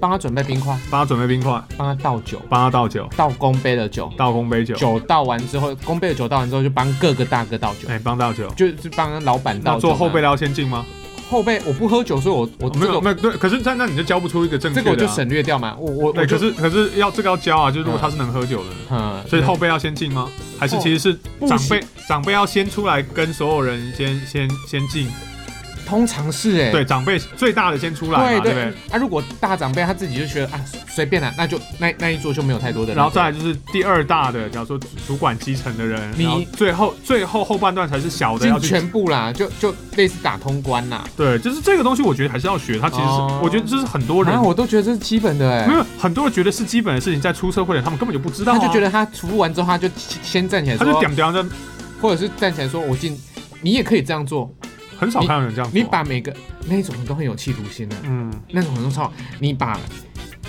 Speaker 2: 帮他准备冰块，
Speaker 1: 帮他准备冰块，
Speaker 2: 帮他倒酒，
Speaker 1: 帮他倒酒，
Speaker 2: 倒公杯的酒，
Speaker 1: 倒空杯酒，
Speaker 2: 酒倒完之后，公杯的酒倒完之后，就帮各个大哥倒酒。
Speaker 1: 哎，帮倒酒。
Speaker 2: 就是帮老板倒
Speaker 1: 那
Speaker 2: 酒，
Speaker 1: 做后背的要先敬吗？哦
Speaker 2: 后背我不喝酒，所以我我
Speaker 1: 没
Speaker 2: 这
Speaker 1: 有
Speaker 2: 个
Speaker 1: 没有对，可是那那你就教不出一个正确的
Speaker 2: 这个
Speaker 1: 啊、
Speaker 2: 我就省略掉嘛，我我我
Speaker 1: 对，可
Speaker 2: 就是
Speaker 1: 可是要这个要教啊，就是如果
Speaker 2: 嗯
Speaker 1: 他是能喝酒的，
Speaker 2: 嗯，
Speaker 1: 所以后辈要先敬吗？还是
Speaker 2: 哦
Speaker 1: 其实是
Speaker 2: 不
Speaker 1: 长
Speaker 2: 行
Speaker 1: 辈长辈要先出来跟所有人先先先敬，
Speaker 2: 通常是哎、
Speaker 1: 对，长辈最大的先出来嘛，对
Speaker 2: 对
Speaker 1: 不对？
Speaker 2: 啊，如果大长辈他自己就觉得啊随便啦、那就那那一桌就没有太多的那个，
Speaker 1: 然后再来就是第二大的，假如说主主管基层的人，
Speaker 2: 你
Speaker 1: 然后最后最后后半段才是小的要
Speaker 2: 进
Speaker 1: 去。
Speaker 2: 全部啦，就就类似打通关啦。
Speaker 1: 对，就是这个东西，我觉得还是要学。它其实是，
Speaker 2: 哦
Speaker 1: 我觉得这是很多人
Speaker 2: 然后我都觉得这是基本的哎、
Speaker 1: 哦没有很多人觉得是基本的事情，在出社会的人他们根本就不知道、啊，
Speaker 2: 他就觉得他服务完之后，他就先先站起来
Speaker 1: 他就
Speaker 2: 说，
Speaker 1: 点点的，
Speaker 2: 或者是站起来说，我进，你也可以这样做。
Speaker 1: 很少看到人这样做
Speaker 2: 你把每个那种人都很有企图心的、
Speaker 1: 嗯，
Speaker 2: 那种人都超，你把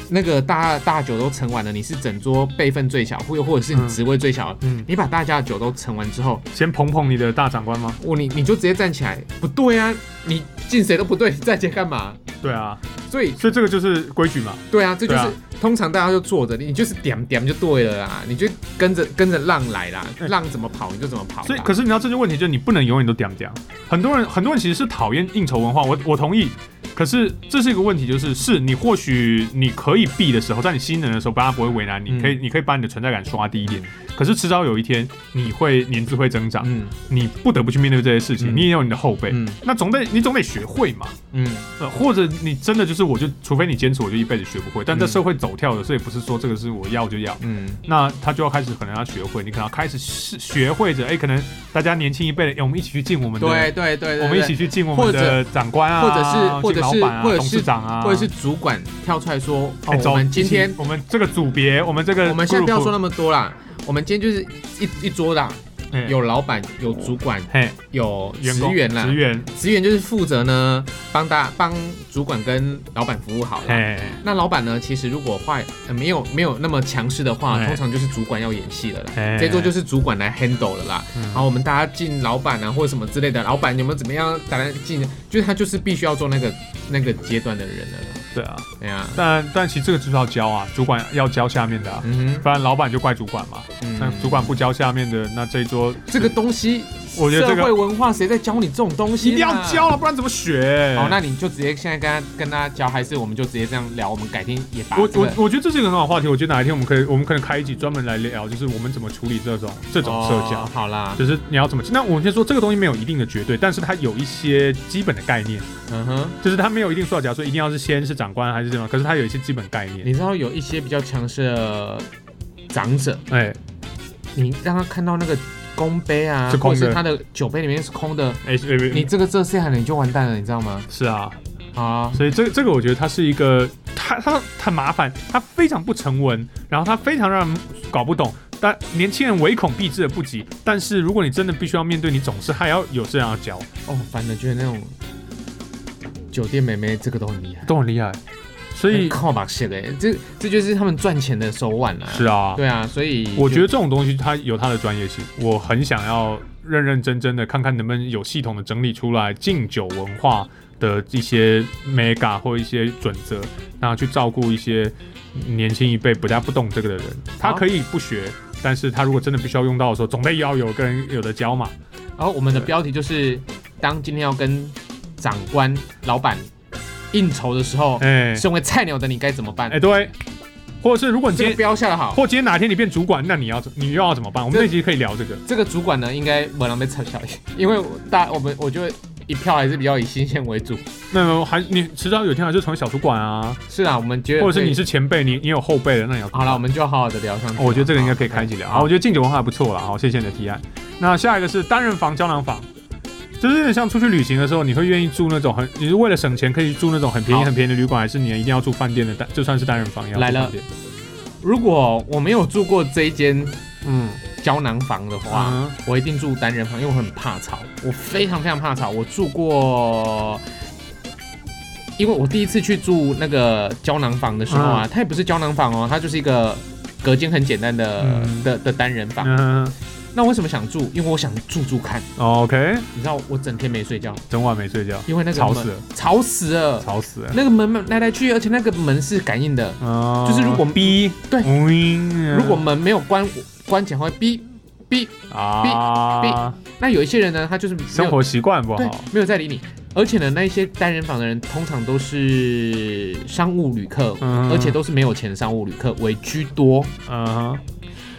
Speaker 2: 那个大大酒都盛完了，你是整桌辈分最小，或又或者是
Speaker 1: 嗯
Speaker 2: 你职位最小的，
Speaker 1: 嗯
Speaker 2: 你把大家的酒都盛完之后，
Speaker 1: 先捧捧你的大长官吗？
Speaker 2: 我你你就直接站起来，不对啊，你敬谁都不对，你站起来干嘛？
Speaker 1: 对啊，
Speaker 2: 所以
Speaker 1: 所以这个就是规矩嘛。
Speaker 2: 对啊，这就
Speaker 1: 对
Speaker 2: 是、
Speaker 1: 啊
Speaker 2: 通常大家就坐着，你就是点点就对了啦，你就跟着跟着浪来啦，
Speaker 1: 对
Speaker 2: 浪怎么跑你就怎么跑啦。
Speaker 1: 嗯所以，可是你知道这就问题，就是你不能永远都这样讲。很多人，很多人其实是讨厌应酬文化，我我同意。可是这是一个问题，就是是你或许你可以避的时候，在你新人的时候，大家不会为难你，
Speaker 2: 嗯
Speaker 1: 可以你可以把你的存在感刷低一点。可是迟早有一天，你会年资会增长，
Speaker 2: 嗯
Speaker 1: 你不得不去面对这些事情，
Speaker 2: 嗯
Speaker 1: 你也有你的后辈，
Speaker 2: 嗯
Speaker 1: 那总得你总得学会嘛。
Speaker 2: 嗯，
Speaker 1: 呃，或者你真的就是，我就除非你坚持，我就一辈子学不会。但这
Speaker 2: 嗯
Speaker 1: 社会走跳的，所以不是说这个是我要就要。
Speaker 2: 嗯，
Speaker 1: 那他就要开始可能要学会，你可能要开始是学会着，哎、可能大家年轻一辈的，哎、我们一起去敬我们的，
Speaker 2: 对对对，对
Speaker 1: 我们一起，去敬我们的长官啊，
Speaker 2: 或者是或者是
Speaker 1: 敬老板啊，
Speaker 2: 或者
Speaker 1: 董
Speaker 2: 是
Speaker 1: 事长啊，
Speaker 2: 对或者是主管跳出来说，
Speaker 1: 哎、
Speaker 2: 哦，
Speaker 1: 走，
Speaker 2: 我们今
Speaker 1: 一起
Speaker 2: 天
Speaker 1: 我们这个组别，我们这个
Speaker 2: 我们现在不要说那
Speaker 1: 了，
Speaker 2: 么多啦，我们今天就是一一桌啦，
Speaker 1: 哎
Speaker 2: 有老板，有主管，
Speaker 1: 嘿
Speaker 2: 有
Speaker 1: 员
Speaker 2: 职
Speaker 1: 工
Speaker 2: 员啦
Speaker 1: 职，员，
Speaker 2: 职员就是负责呢帮大帮主管跟老板服务好了。
Speaker 1: 哎，
Speaker 2: 那老板呢？其实如果话、呃、没有没有那么强势的话，
Speaker 1: 哎
Speaker 2: 通常就是主管要演戏了啦。
Speaker 1: 哎
Speaker 2: 这一桌就是主管来 handle 了啦。
Speaker 1: 嗯
Speaker 2: 然后我们大家进老板啊或者什么之类的，老板有没有怎么样？打算进，就是他就是必须要做那个那个阶段的人了啦。
Speaker 1: 对啊，
Speaker 2: 哎呀、
Speaker 1: 但但其实这个就是要教啊，主管要教下面的、啊。
Speaker 2: 嗯
Speaker 1: 不然老板就怪主管嘛，
Speaker 2: 哼，
Speaker 1: 那主管不教下面的，那这一桌
Speaker 2: 这个东西，
Speaker 1: 我觉得这个
Speaker 2: 社会文化谁在教你这种东西？
Speaker 1: 一定要。教啊哎了，不然怎么学？
Speaker 2: 好，那你就直接现在跟他跟他教，还是我们就直接这样聊？我们改天也把
Speaker 1: 我
Speaker 2: 这个
Speaker 1: 我我觉得这是一个很好的话题，我觉得哪一天我们可以，我们可能开一集专门来聊，就是我们怎么处理这种这种社交，
Speaker 2: 哦好啦，
Speaker 1: 就是你要怎么。那我们先说这个东西没有一定的绝对，但是它有一些基本的概念，
Speaker 2: 嗯哼。
Speaker 1: 就是它没有一定说，假如说一定要是先是长官还是什么，可是它有一些基本概念。
Speaker 2: 你知道有一些比较强势的长者，
Speaker 1: 哎
Speaker 2: 你让他看到那个公杯啊，
Speaker 1: 是空
Speaker 2: 或
Speaker 1: 的
Speaker 2: 者是他的酒杯里面是空的，
Speaker 1: 哎，是哎
Speaker 2: 你这个这下你就完蛋了，你知道吗？
Speaker 1: 是啊，
Speaker 2: 啊，
Speaker 1: 所以这这个我觉得它是一个，它它很麻烦，它非常不成文，然后它非常让人搞不懂。但年轻人唯恐避之而不及，但是如果你真的必须要面对，你总是还要有这样的教，
Speaker 2: 哦，反正觉得那种酒店妹妹这个都很厉害，
Speaker 1: 都很厉害。哎所以
Speaker 2: 靠把戏的，这这就是他们赚钱的手腕啊。
Speaker 1: 是啊，
Speaker 2: 对啊，所以
Speaker 1: 我觉得
Speaker 2: 得
Speaker 1: 这种东西它有它的专业性，我很想要认认真真的看看能不能有系统的整理出来敬酒文化的一些 mega 或一些准则，那去照顾一些年轻一辈不大不懂这个的人，他
Speaker 2: 好
Speaker 1: 可以不学。但是他如果真的必须要用到的时候，总得要有个人有的教嘛。
Speaker 2: 然后我们的
Speaker 1: 对
Speaker 2: 标题就是，当今天要跟长官、老板应酬的时候，
Speaker 1: 哎、
Speaker 2: 身为菜鸟的你该怎么办
Speaker 1: 哎、？对，或者是如果你今
Speaker 2: 这个
Speaker 1: 天，
Speaker 2: 标下的好。
Speaker 1: 或今天哪天你变主管，那你要你又要怎么办？我们
Speaker 2: 这
Speaker 1: 这集可以聊这个。
Speaker 2: 这个主管呢，应该不能被撤销，因为大我们我觉得一票还是比较以新鲜为主。
Speaker 1: 那么还你迟早有一天还是成为小主管啊，
Speaker 2: 是啦，我们觉得
Speaker 1: 或者是你
Speaker 2: 对
Speaker 1: 是前辈，你你有后辈了，那你要怎么
Speaker 2: 好了，
Speaker 1: 办
Speaker 2: 我们就好好的聊上去。啊
Speaker 1: 我觉得这个应该可以开一集聊。好，我觉得敬酒文化还不错了。好，谢谢你的提案。那下一个是单人房、胶囊房，就是有点像出去旅行的时候，你会愿意住那种很，你是为了省钱可以住那种很便宜、
Speaker 2: 好
Speaker 1: 很便宜的旅馆，还是你一定要住饭店的单？就算是单人房也要住
Speaker 2: 来了
Speaker 1: 饭店。
Speaker 2: 如果我没有住过这一间
Speaker 1: 嗯，
Speaker 2: 胶囊房的话，
Speaker 1: 哇，
Speaker 2: 我一定住单人房，因为我很怕吵，我非常非常怕吵。我住过。因为我第一次去住那个胶囊房的时候啊，它也不是胶囊房哦，它就是一个隔间很简单的、
Speaker 1: 嗯
Speaker 2: 的的单人房。
Speaker 1: 嗯
Speaker 2: 那为什么想住？因为我想住住看。
Speaker 1: ，OK，
Speaker 2: 你知道我整天没睡觉，
Speaker 1: 整晚没睡觉，
Speaker 2: 因为那个
Speaker 1: 吵
Speaker 2: 门
Speaker 1: 死了，
Speaker 2: 吵死了，
Speaker 1: 吵死了。
Speaker 2: 那个门来来去，而且那个门是感应的，
Speaker 1: 哦
Speaker 2: 就是如果
Speaker 1: 逼
Speaker 2: 对
Speaker 1: 嗯
Speaker 2: 如果门没有关关起来会哔哔。
Speaker 1: 啊，
Speaker 2: 那有一些人呢，他就是没有
Speaker 1: 生活习惯不
Speaker 2: 对
Speaker 1: 好，
Speaker 2: 没有在理你，而且呢，那一些单人房的人通常都是商务旅客，
Speaker 1: 嗯
Speaker 2: 而且都是没有钱的商务旅客为居多，
Speaker 1: 嗯哼，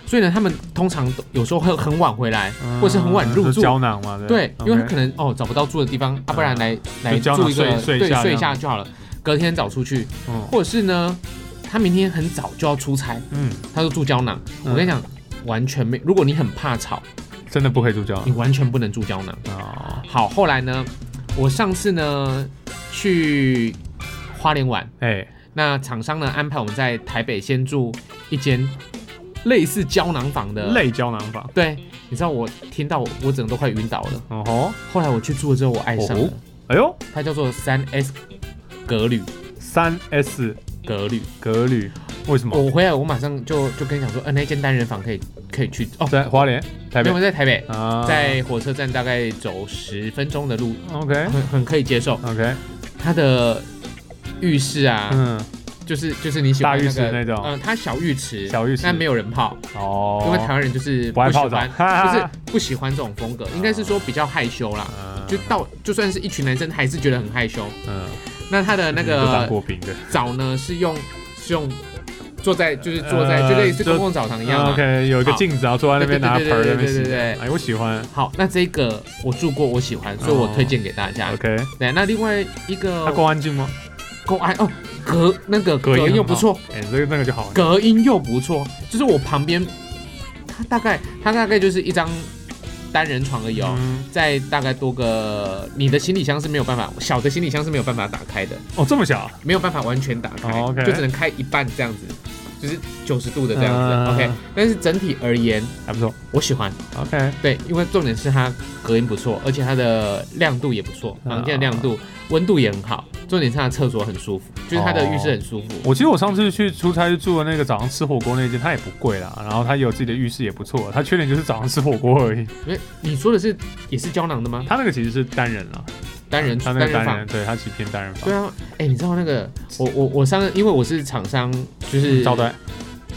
Speaker 2: 所以呢，他们通常都有时候会很晚回来，或者是很晚入
Speaker 1: 嗯就是
Speaker 2: 住。
Speaker 1: 胶囊嘛，
Speaker 2: 对，因为他
Speaker 1: OK
Speaker 2: 可能哦找不到住的地方，啊，不然来来
Speaker 1: 就叫他
Speaker 2: 住一个
Speaker 1: 睡睡一
Speaker 2: 对
Speaker 1: 下
Speaker 2: 睡一
Speaker 1: 这样
Speaker 2: 下就好了，隔天早出去，
Speaker 1: 嗯
Speaker 2: 或者是呢，他明天很早就要出差，
Speaker 1: 嗯，
Speaker 2: 他就住胶囊。
Speaker 1: 嗯
Speaker 2: 我跟你讲，完全没，如果你很怕吵，
Speaker 1: 真的不可以住胶
Speaker 2: 你
Speaker 1: 囊
Speaker 2: 完全不能住胶囊。
Speaker 1: 啊。
Speaker 2: 好，后来呢，我上次呢去花莲玩，
Speaker 1: 哎，
Speaker 2: 那厂商呢安排我们在台北先住一间类似胶囊房的。
Speaker 1: 类胶囊法。
Speaker 2: 对，你知道我听到我我整个都快晕倒了。
Speaker 1: 哦吼，
Speaker 2: 后来我去住了之后，我爱上了，
Speaker 1: 哦哎呦，
Speaker 2: 它叫做三 S 格旅
Speaker 1: 三 S
Speaker 2: 格旅。
Speaker 1: 格旅，为什么？
Speaker 2: 我回来我马上就就跟你讲说，呃，那间单人房可以可以去哦，
Speaker 1: 在花莲、台北
Speaker 2: 没有在台北，
Speaker 1: 啊，
Speaker 2: 在火车站大概走十分钟的路，
Speaker 1: OK
Speaker 2: 很很可以接受。
Speaker 1: OK，
Speaker 2: 它的浴室啊，
Speaker 1: 嗯，
Speaker 2: 就是就是你喜
Speaker 1: 大
Speaker 2: 欢、那
Speaker 1: 浴
Speaker 2: 个、
Speaker 1: 池那种
Speaker 2: 嗯，它小浴池，
Speaker 1: 小浴池
Speaker 2: 但没有人泡，
Speaker 1: 哦，
Speaker 2: 因为台湾人就是
Speaker 1: 不爱
Speaker 2: 喜
Speaker 1: 泡澡 *laughs*
Speaker 2: 欢，就是不喜欢这种风格，应该是说比较害羞啦。
Speaker 1: 嗯 *laughs*
Speaker 2: 就到就算是一群男生，还是觉得很害羞。
Speaker 1: 嗯
Speaker 2: 那他的那
Speaker 1: 都当
Speaker 2: 个
Speaker 1: 过兵的，
Speaker 2: 澡呢，是用是用坐在就是坐在、
Speaker 1: 呃
Speaker 2: 就类似
Speaker 1: 就
Speaker 2: 公共澡堂一样
Speaker 1: 嗯
Speaker 2: 嘛。
Speaker 1: OK，有一个镜子，然啊后坐在那边拿盆儿在那边洗
Speaker 2: 对对对对对对对
Speaker 1: 哎，我喜欢
Speaker 2: 好，那这个我住过，我喜欢，所以
Speaker 1: 哦
Speaker 2: 我推荐给大家。
Speaker 1: OK，
Speaker 2: 对，那另外一个
Speaker 1: 它够安静吗？
Speaker 2: 公安哦，隔那个
Speaker 1: 隔
Speaker 2: 隔
Speaker 1: 音
Speaker 2: 音又
Speaker 1: 很
Speaker 2: 不
Speaker 1: 好
Speaker 2: 错，
Speaker 1: 哎，这个那个就好了，
Speaker 2: 隔音又不错，就是我旁边，它大概它大概就是一张单人床而已哦。
Speaker 1: 嗯
Speaker 2: 再大概多个，你的行李箱是没有办法，小的行李箱是没有办法打开的，
Speaker 1: 哦，这么小，
Speaker 2: 没有办法完全打开，
Speaker 1: 哦，OK
Speaker 2: 就只能开一半这样子，就是九十度的这样子、
Speaker 1: 嗯
Speaker 2: o k 但是整体而言，
Speaker 1: 还不错
Speaker 2: 我喜欢，
Speaker 1: ，OK，
Speaker 2: 对，因为重点是它隔音不错，而且它的亮度也不错，
Speaker 1: 嗯
Speaker 2: 房间的亮度、温度也很好，重点是它的厕所很舒服，就是它的浴室很舒服。
Speaker 1: 哦我记得我上次去出差住的那个早上吃火锅那间，它也不贵啦，然后它也有自己的浴室，也不错。它缺点就是早上吃火锅而已。
Speaker 2: 因为你说的是也是胶囊的吗？
Speaker 1: 它那个其实是单人啦，
Speaker 2: 单人
Speaker 1: 它
Speaker 2: 单
Speaker 1: 那
Speaker 2: 人
Speaker 1: 啊个单
Speaker 2: 房
Speaker 1: 人，？对，它其实偏单人
Speaker 2: 对
Speaker 1: 房。
Speaker 2: 啊，哎、你知道那个我我我上个，因为我是厂商，就是
Speaker 1: 招待，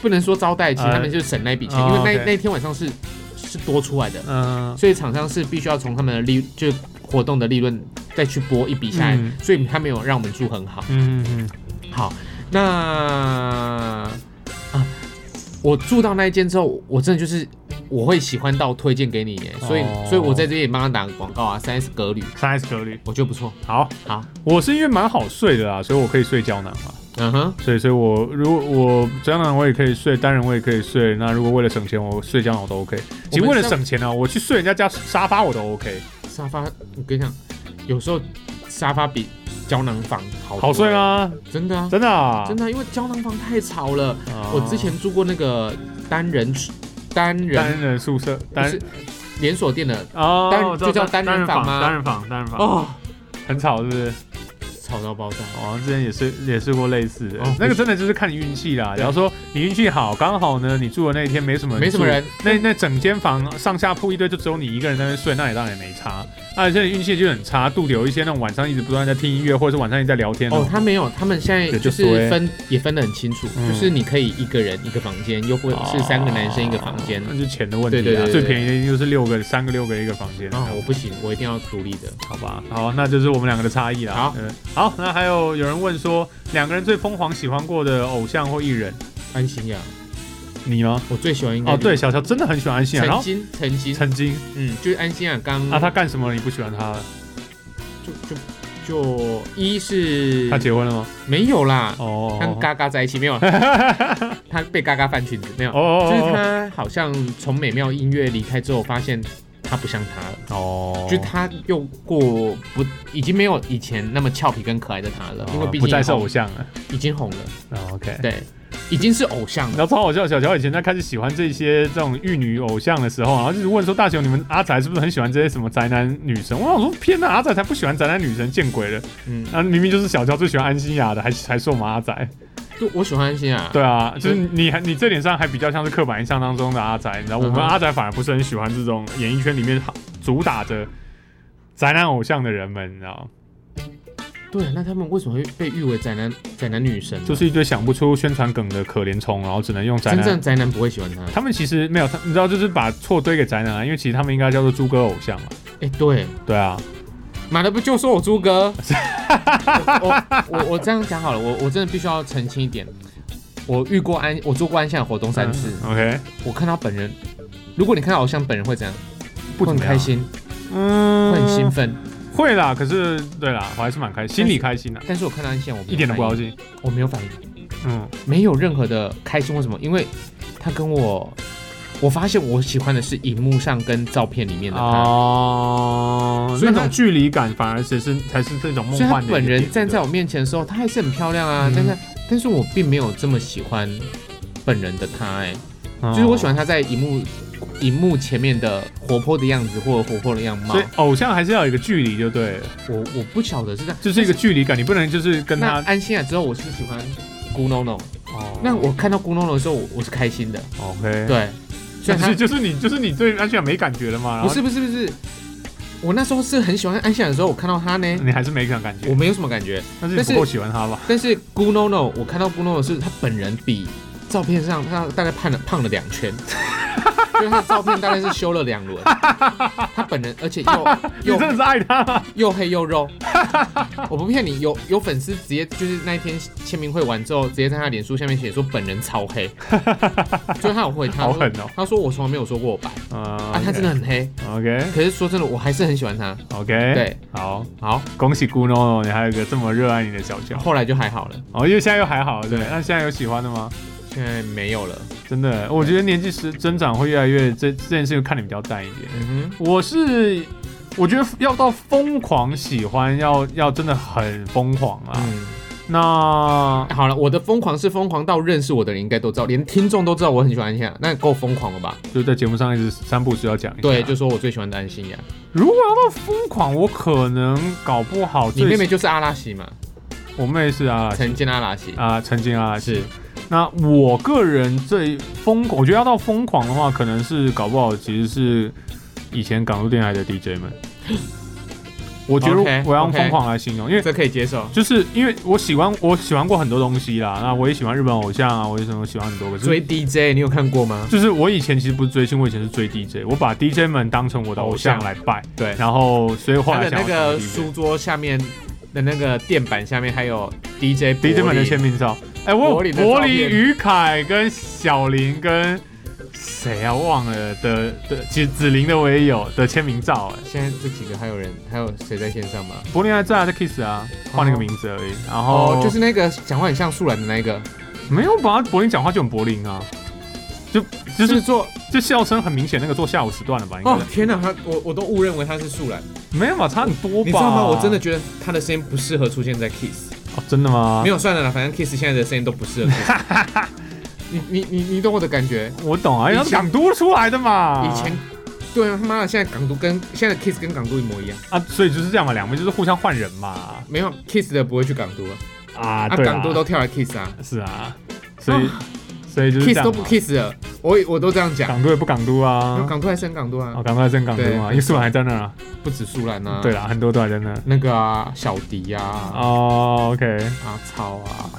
Speaker 2: 不能说招待，其实
Speaker 1: 呃
Speaker 2: 他们就省那笔钱，
Speaker 1: 哦
Speaker 2: 因为那
Speaker 1: OK
Speaker 2: 那天晚上是是多出来的，
Speaker 1: 嗯，
Speaker 2: 所以厂商是必须要从他们的利就活动的利润再去拨一笔下来，
Speaker 1: 嗯
Speaker 2: 所以他没有让我们住很好。
Speaker 1: 嗯嗯
Speaker 2: 好，那啊，我住到那一间之后，我真的就是我会喜欢到推荐给你耶，所以、
Speaker 1: 哦
Speaker 2: 所以我在这里也帮他打个广告啊，三 S 格律，
Speaker 1: 嗯，三 S 格律。
Speaker 2: 我觉得不错。
Speaker 1: 好，
Speaker 2: 好，
Speaker 1: 我是因为蛮好睡的啦，所以我可以睡胶囊嘛。
Speaker 2: 嗯哼，
Speaker 1: 所以，所以我如果我胶囊我也可以睡，单人我也可以睡。那如果为了省钱，我睡胶囊我都 OK。其实为了省钱呢、我去睡人家家沙发我都 OK。
Speaker 2: 沙发，我跟你讲，有时候沙发比胶囊房好多
Speaker 1: 好睡？吗？
Speaker 2: 真的啊，
Speaker 1: 真的、啊，
Speaker 2: 真的啊、因为胶囊房太吵了。
Speaker 1: 啊
Speaker 2: 我之前住过那个单人单人
Speaker 1: 单人宿舍，
Speaker 2: 不
Speaker 1: 单
Speaker 2: 是连锁店的
Speaker 1: 哦，
Speaker 2: 单
Speaker 1: 我知道
Speaker 2: 就叫单人房吗
Speaker 1: 单人房，单人房，
Speaker 2: 哦，
Speaker 1: 很吵，是不是？
Speaker 2: 吵到爆炸。
Speaker 1: 哦，之前也是也试过类似的
Speaker 2: 哦，
Speaker 1: 那个真的就是看你运气啦。假如说你运气好，刚好呢，你住的那一天没什么
Speaker 2: 没什么
Speaker 1: 住
Speaker 2: 人，
Speaker 1: 那那整间房上下铺一堆，就只有你一个人在那边睡，那也当然也没差。那有些人运气就很差，肚里有一些那种晚上一直不断在听音乐，或者是晚上一直在聊天那
Speaker 2: 哦
Speaker 1: 种，
Speaker 2: 他没有，他们现在
Speaker 1: 对
Speaker 2: 就
Speaker 1: 就衰
Speaker 2: 是分也分得很清楚，
Speaker 1: 嗯
Speaker 2: 就是你可以一个人一个房间，又或者是三个男生一个房间。
Speaker 1: 哦那就钱的问题
Speaker 2: 对对
Speaker 1: 啊。
Speaker 2: 对对
Speaker 1: 最便宜的一定就是六个、三个、六个一个房间。
Speaker 2: 啊，我不行，我一定要独立的。
Speaker 1: 好吧，好，那就是我们两个的差异啦。
Speaker 2: 好
Speaker 1: 嗯，好，那还有有人问说，两个人最疯狂喜欢过的偶像或艺人，
Speaker 2: 安心呀，
Speaker 1: 你吗？
Speaker 2: 我最喜欢应该
Speaker 1: 哦，对，，小乔真的很喜欢安心啊。然
Speaker 2: 曾
Speaker 1: 后
Speaker 2: 经曾经，
Speaker 1: 曾经
Speaker 2: 嗯，就是安心啊，刚
Speaker 1: 啊，他干什么你不喜欢他了？
Speaker 2: 嗯就就就一是
Speaker 1: 他结婚了吗？
Speaker 2: 没有啦，
Speaker 1: 哦，
Speaker 2: 跟嘎嘎在一
Speaker 1: *laughs*
Speaker 2: 起没有，他被嘎嘎翻裙子没有，
Speaker 1: 哦哦
Speaker 2: 就是
Speaker 1: 哦
Speaker 2: 他好像从美妙音乐离开之后，发现他不像他了，
Speaker 1: 哦，
Speaker 2: 就他又过不已经没有以前那么俏皮跟可爱的他了，因为
Speaker 1: 哦
Speaker 2: 毕
Speaker 1: 不
Speaker 2: 竟
Speaker 1: 再
Speaker 2: 已
Speaker 1: 是偶
Speaker 2: 经
Speaker 1: 像了。
Speaker 2: 已经红了，
Speaker 1: 哦 OK。
Speaker 2: 对，已经是偶像
Speaker 1: 然
Speaker 2: 了。
Speaker 1: 后超好笑，小乔以前在开始喜欢这些这种玉女偶像的时候，然后就是问说：“大雄，你们阿仔是不是很喜欢这些什么宅男女神？”我想说：“偏的阿仔才不喜欢宅男女神，见鬼了！”
Speaker 2: 嗯，
Speaker 1: 啊，明明就是小乔最喜欢安心雅的，还还说我们阿仔。
Speaker 2: 就我喜欢安心啊，
Speaker 1: 对啊，就是你还你这点上还比较像是刻板印象当中的阿宅，你知道，我们
Speaker 2: 嗯哼
Speaker 1: 阿宅反而不是很喜欢这种演艺圈里面主打着宅男偶像的人们，你啊知道，
Speaker 2: 对，啊那他们为什么会被誉为宅男宅男女神呢？
Speaker 1: 就是一堆想不出宣传梗的可怜虫，然后只能用宅
Speaker 2: 真正
Speaker 1: 男。
Speaker 2: 宅男不会喜欢他。
Speaker 1: 他们其实没有，他你知道，就是把错堆给宅男啊，因为其实他们应该叫做猪哥偶像嘛。
Speaker 2: 哎，对，
Speaker 1: 对啊，
Speaker 2: 买了不就说我猪
Speaker 1: *laughs*
Speaker 2: 哥？我我我我这样讲好了，我我真的必须要澄清一点，我遇过安，我做过安夏的活动三次，
Speaker 1: 嗯 OK，
Speaker 2: 我看到本人，如果你看到偶像本人会怎样？
Speaker 1: 不怎
Speaker 2: 会很
Speaker 1: 么样
Speaker 2: 开，心，
Speaker 1: 嗯
Speaker 2: 会很兴，奋。
Speaker 1: 会啦。可是对啦，我还是蛮开心，心里开心的，
Speaker 2: 但是我看到安夏，我没有
Speaker 1: 一点都不
Speaker 2: 反
Speaker 1: 高
Speaker 2: 应，
Speaker 1: 兴。
Speaker 2: 我没有反应，
Speaker 1: 嗯，
Speaker 2: 没有任何的开心或什么，因为他跟我，我发现我喜欢的是荧幕上跟照片里面的他。
Speaker 1: 哦，
Speaker 2: 所
Speaker 1: 那
Speaker 2: 以
Speaker 1: 种
Speaker 2: 他
Speaker 1: 距离感反而才是才是这种梦
Speaker 2: 所以她
Speaker 1: 幻的一个
Speaker 2: 本人
Speaker 1: 点
Speaker 2: 站在
Speaker 1: 对
Speaker 2: 我面前的时候，她还是很漂亮啊，
Speaker 1: 嗯
Speaker 2: 但是但是我并没有这么喜欢本人的她、哎、
Speaker 1: 哦
Speaker 2: 就是我喜欢她在荧幕荧幕前面的活泼的样子或者活泼的样貌
Speaker 1: 哦所以，偶像还是要有一个距离，就对了，
Speaker 2: 我我不晓得是这样，
Speaker 1: 就是一个距离感，你不能就是跟
Speaker 2: 那
Speaker 1: 他
Speaker 2: 安心了之后，我是喜欢咕 no no，
Speaker 1: 哦
Speaker 2: 那我看到咕 no no 的时候，我我是开心的，
Speaker 1: OK，
Speaker 2: 对，
Speaker 1: 就
Speaker 2: 虽然
Speaker 1: 是
Speaker 2: 她
Speaker 1: 就是你就是你对安全感没感觉了嘛，然后
Speaker 2: 不是不是不是。我那时候是很喜欢安夏的时候，我看到他呢，
Speaker 1: 你还是没什么感
Speaker 2: 我
Speaker 1: 觉，
Speaker 2: 没有什么感觉。
Speaker 1: 但是
Speaker 2: 但
Speaker 1: 你
Speaker 2: 是
Speaker 1: 不够喜欢他吧？
Speaker 2: 但是 Gu No No，我看到 Gu No No 是他本人比照片上他大概胖了胖了两
Speaker 1: *laughs*
Speaker 2: 圈，就是他的照片大概是修了两轮，他本人而且
Speaker 1: *laughs* 你
Speaker 2: 又
Speaker 1: 真的
Speaker 2: 又
Speaker 1: 是爱他吗？
Speaker 2: 又黑又
Speaker 1: *laughs*
Speaker 2: 肉，我不骗你，有有粉丝直接就是那一天签名会完之后，直接在他脸书下面写说本人超
Speaker 1: *laughs*
Speaker 2: 黑，就是他有回他
Speaker 1: 好
Speaker 2: 说
Speaker 1: 狠哦
Speaker 2: 他说我从来没有说过我白
Speaker 1: 嗯，
Speaker 2: 啊，他真的很黑，
Speaker 1: OK
Speaker 2: 可是说真的，我还是很喜欢他。
Speaker 1: OK，
Speaker 2: 对，
Speaker 1: 好，
Speaker 2: 好，
Speaker 1: 恭喜咕 no，你还有一个这么热爱你的小乔
Speaker 2: 后来就还好了，
Speaker 1: 哦，因为现在又还好，对，
Speaker 2: 对
Speaker 1: 那现在有喜欢的吗？
Speaker 2: 现在没有了。
Speaker 1: 真的，我觉得年纪是增长会越来越，这这件事情看你比较淡一点。
Speaker 2: 嗯哼，
Speaker 1: 我是我觉得要到疯狂喜欢，要要真的很疯狂啊。
Speaker 2: 嗯。
Speaker 1: 那
Speaker 2: 好了，我的疯狂是疯狂到认识我的人应该都知道，连听众都知道我很喜欢安心亚，那够疯狂了吧？
Speaker 1: 就在节目上一直三不时要讲一下。
Speaker 2: 对，就说我最喜欢的安心亚，
Speaker 1: 如果要到疯狂，我可能搞不好
Speaker 2: 你
Speaker 1: 最
Speaker 2: 妹妹就是阿拉西嘛，
Speaker 1: 我妹是啊
Speaker 2: 曾经阿拉西，
Speaker 1: 啊曾经啊
Speaker 2: 是。
Speaker 1: 那我个人最疯狂，我觉得要到疯狂的话，可能是搞不好其实是以前港陆电台的 DJ
Speaker 2: *laughs*
Speaker 1: 们。我觉得
Speaker 2: OK，
Speaker 1: 我要用
Speaker 2: OK
Speaker 1: 疯狂来形容，因为
Speaker 2: 这可以接受。
Speaker 1: 就是因为我喜欢我喜欢过很多东西啦，那我也喜欢日本偶像啊，我也什么喜欢很多个。
Speaker 2: 追 DJ 你有看过吗？
Speaker 1: 就是我以前其实不是追星，我以前是追 DJ，我把 DJ 们当成我的偶像
Speaker 2: 偶
Speaker 1: 来拜，
Speaker 2: 对
Speaker 1: 然后所以后
Speaker 2: 他
Speaker 1: 来
Speaker 2: 的
Speaker 1: 想
Speaker 2: 那
Speaker 1: 要成
Speaker 2: 个
Speaker 1: 为 DJ
Speaker 2: 书桌下面的那个垫板下面还有 DJ
Speaker 1: DJ 们的签
Speaker 2: 前
Speaker 1: 名照。哎，我
Speaker 2: 柏
Speaker 1: 有
Speaker 2: 林的
Speaker 1: 柏
Speaker 2: 照
Speaker 1: 林、
Speaker 2: 片
Speaker 1: 于凯跟小林跟谁啊忘了的的，其实子玲的我也有的签名照。哎，
Speaker 2: 现在这几个还有人还有谁在线上吗？
Speaker 1: 柏林还在啊，在 Kiss 啊，换了个名字而已。然后
Speaker 2: 哦，就是那个讲话很像素兰的那一个，
Speaker 1: 没有吧？柏林讲话就很柏林啊，就就
Speaker 2: 制
Speaker 1: 是
Speaker 2: 作
Speaker 1: 就笑声很明显，那个做下午时段了吧？应该
Speaker 2: 哦，天哪，他我我都误认为他是素兰，
Speaker 1: 没有吧？差很多吧？
Speaker 2: 你知道吗？我真的觉得他的声音不适合出现在 Kiss。
Speaker 1: 哦，真的吗
Speaker 2: 没？有，算了啦，反正 Kiss 现在的声音都不适合 Kiss。你
Speaker 1: *laughs*
Speaker 2: 你你你懂我的感觉？
Speaker 1: 我懂啊，因为
Speaker 2: 以前
Speaker 1: 港都出来的嘛。
Speaker 2: 以前，对啊，他妈的，现在港都跟现在的 Kiss 跟港都一模一样，
Speaker 1: 啊，所以就是这样嘛，两边就是互相换人嘛。
Speaker 2: 没有 Kiss 的不会去港都啊，
Speaker 1: 啊，
Speaker 2: 啊
Speaker 1: 对啊
Speaker 2: 港都都跳来 Kiss 啊
Speaker 1: 是啊，所以、所以就是这样
Speaker 2: 哦，Kiss 都
Speaker 1: 嘛
Speaker 2: 不 Kiss 了，我我都这样讲，
Speaker 1: 港都也不港都
Speaker 2: 然
Speaker 1: 啊
Speaker 2: 后。港都还升港都啊
Speaker 1: 哦，，港都还真港都
Speaker 2: 对
Speaker 1: 啊，因为素兰还在那儿啊。
Speaker 2: 不止舒兰啊，
Speaker 1: 对，啦，很多都还在那儿。
Speaker 2: 那个啊，小迪啊，
Speaker 1: 哦，OK，
Speaker 2: 阿超
Speaker 1: *laughs*
Speaker 2: 啊，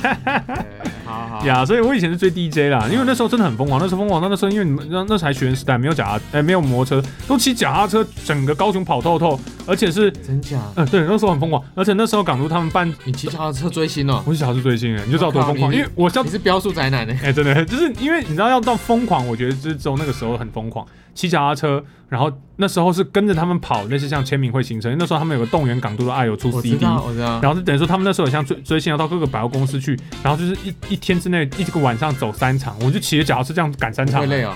Speaker 2: 对好好，
Speaker 1: 呀，所以我以前是追 DJ
Speaker 2: 嗯
Speaker 1: 啦，因为那时候真的很疯狂，那时候疯狂到那时候，因为你们那那时候还学生时代，没有脚踏，哎、没有摩托车，都骑脚踏车，整个高雄跑透透，而且是，
Speaker 2: 真假？
Speaker 1: 呃，对，那时候很疯狂，而且那时候港都他们办，
Speaker 2: 你骑脚踏车追星哦？
Speaker 1: 我是小是追星的，你就知道多疯
Speaker 2: 我靠
Speaker 1: 狂，
Speaker 2: 你
Speaker 1: 因为我是要
Speaker 2: 你是标速宅男呢？
Speaker 1: *laughs*
Speaker 2: 欸
Speaker 1: 哎、真的，就是因为你知道要到疯狂，我觉得就是只有那个时候很疯狂，骑脚踏车，然后那时候是跟着他们跑那些像签名会行程，因为那时候他们有个动员港都的爱有出
Speaker 2: 我知
Speaker 1: CD，
Speaker 2: 道，我知道。
Speaker 1: 然后就等于说他们那时候很像追追星，要到各个百货公司去，然后就是一一天之内一个晚上走三场，我就骑着脚踏车这样赶三
Speaker 2: 不
Speaker 1: 场啊
Speaker 2: 会，累哦，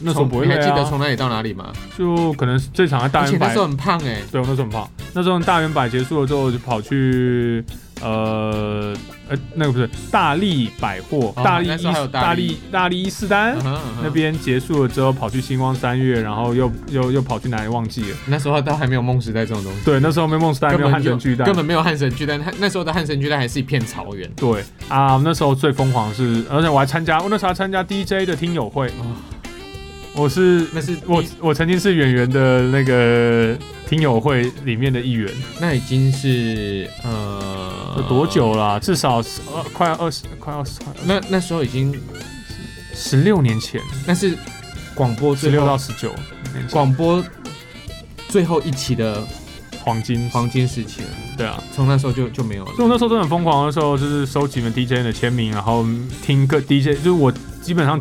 Speaker 1: 那时候不会
Speaker 2: 从
Speaker 1: 累
Speaker 2: 你还记得
Speaker 1: 啊，
Speaker 2: 从哪里到哪里吗？
Speaker 1: 就可能这场在
Speaker 2: 而
Speaker 1: 大
Speaker 2: 且
Speaker 1: 圆
Speaker 2: 那
Speaker 1: 百
Speaker 2: 时，候很胖哎、
Speaker 1: 对我那时候很胖，那时候大圆百结束了之后就跑去呃呃那个不是大力百货，
Speaker 2: 哦
Speaker 1: 大力
Speaker 2: 那
Speaker 1: 一
Speaker 2: 时候还有大
Speaker 1: 大
Speaker 2: 力
Speaker 1: 力大力伊势丹。
Speaker 2: 嗯哼嗯哼
Speaker 1: 哎那边结束了之后，跑去星光三月，然后又又又跑去哪里忘记了。
Speaker 2: 那时候都还没有梦时代这种东西，
Speaker 1: 对，那时候没梦时代，没有汉神巨蛋
Speaker 2: 根。本没有汉神巨蛋，它那时候的汉神巨蛋还是一片草原。
Speaker 1: 对啊，那时候最疯狂的是，而且我还参加，我那时候还参加 DJ 的听友会。
Speaker 2: 哦
Speaker 1: 我是
Speaker 2: 那是
Speaker 1: 我我曾经是演员的那个听友会里面的一员，
Speaker 2: 那已经是呃
Speaker 1: 有多？久啦、至少十二快二十快二十快
Speaker 2: 那那时候已经
Speaker 1: 十六年前，
Speaker 2: 那是广播
Speaker 1: 十
Speaker 2: 最
Speaker 1: 六
Speaker 2: 后
Speaker 1: 到十九年前
Speaker 2: 广播最后一期的
Speaker 1: 黄金
Speaker 2: 黄金时期了，
Speaker 1: 对啊。
Speaker 2: 从那时候就就没有
Speaker 1: 所以
Speaker 2: 了。
Speaker 1: 我那时候真的很疯狂的时候，就是收集了 DJ 的签名，然后听各 DJ，就是我基本上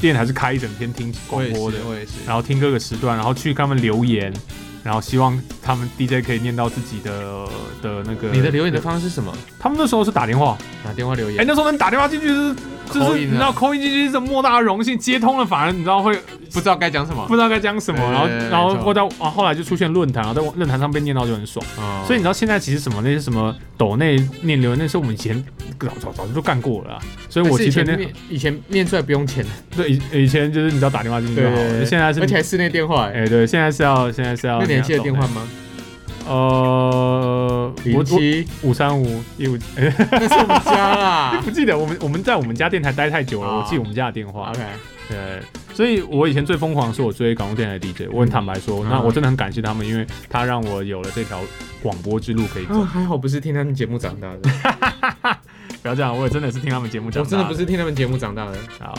Speaker 1: 电台是开一整天听广播的，
Speaker 2: 我也是。
Speaker 1: 然后听各个时段，然后去跟他们留言，然后希望他们 DJ 可以念到自己的的那个
Speaker 2: 你的留言的，方式是什么？
Speaker 1: 他们那时候是打电话，
Speaker 2: 打电话留
Speaker 1: 哎、
Speaker 2: 言。
Speaker 1: 那时候能打电话进去是。就是
Speaker 2: Call in 啊
Speaker 1: 你知道扣音进去是莫大的荣幸，接通了反而你知道会
Speaker 2: 不知道该讲什么
Speaker 1: 不。知道该讲什么，
Speaker 2: 对
Speaker 1: 然后
Speaker 2: 对对
Speaker 1: 然后
Speaker 2: 没错
Speaker 1: 或到啊后来就出现论坛，然后在论坛上被念到就很爽。
Speaker 2: 哦
Speaker 1: 所以你知道现在其实什么那些什么抖内念流，那是我们以前早早早就都干过了啊、所以我
Speaker 2: 但是
Speaker 1: 其实
Speaker 2: 以前
Speaker 1: 对
Speaker 2: 念以前念出来不用钱，
Speaker 1: 那对以以前就是你知道打电话进去就好
Speaker 2: 对对
Speaker 1: 了，
Speaker 2: 对
Speaker 1: 现在是
Speaker 2: 而且还室内电话、
Speaker 1: 哎、
Speaker 2: 哎，
Speaker 1: 对，现在是要现在是要
Speaker 2: 那你还记得
Speaker 1: 抖内
Speaker 2: 电话吗？
Speaker 1: 呃，我
Speaker 2: 零七，
Speaker 1: 我五三五一五，哎
Speaker 2: *laughs* 那是我们家啦
Speaker 1: 不。记得我们我们在我们家电台待太久了，*laughs*
Speaker 2: 哦
Speaker 1: 我记我们家的电话。
Speaker 2: OK，
Speaker 1: 对，所以我以前最疯狂的是我追港澳电台的 DJ，我很坦白说，
Speaker 2: 嗯
Speaker 1: 那我真的很感谢他们，因为他让我有了这条广播之路可以走。
Speaker 2: 啊，还好不是听他们节目长大的，
Speaker 1: 不要这样，我也真的是听他们节目讲，
Speaker 2: 我真的不是听他们节目长大的。
Speaker 1: 好。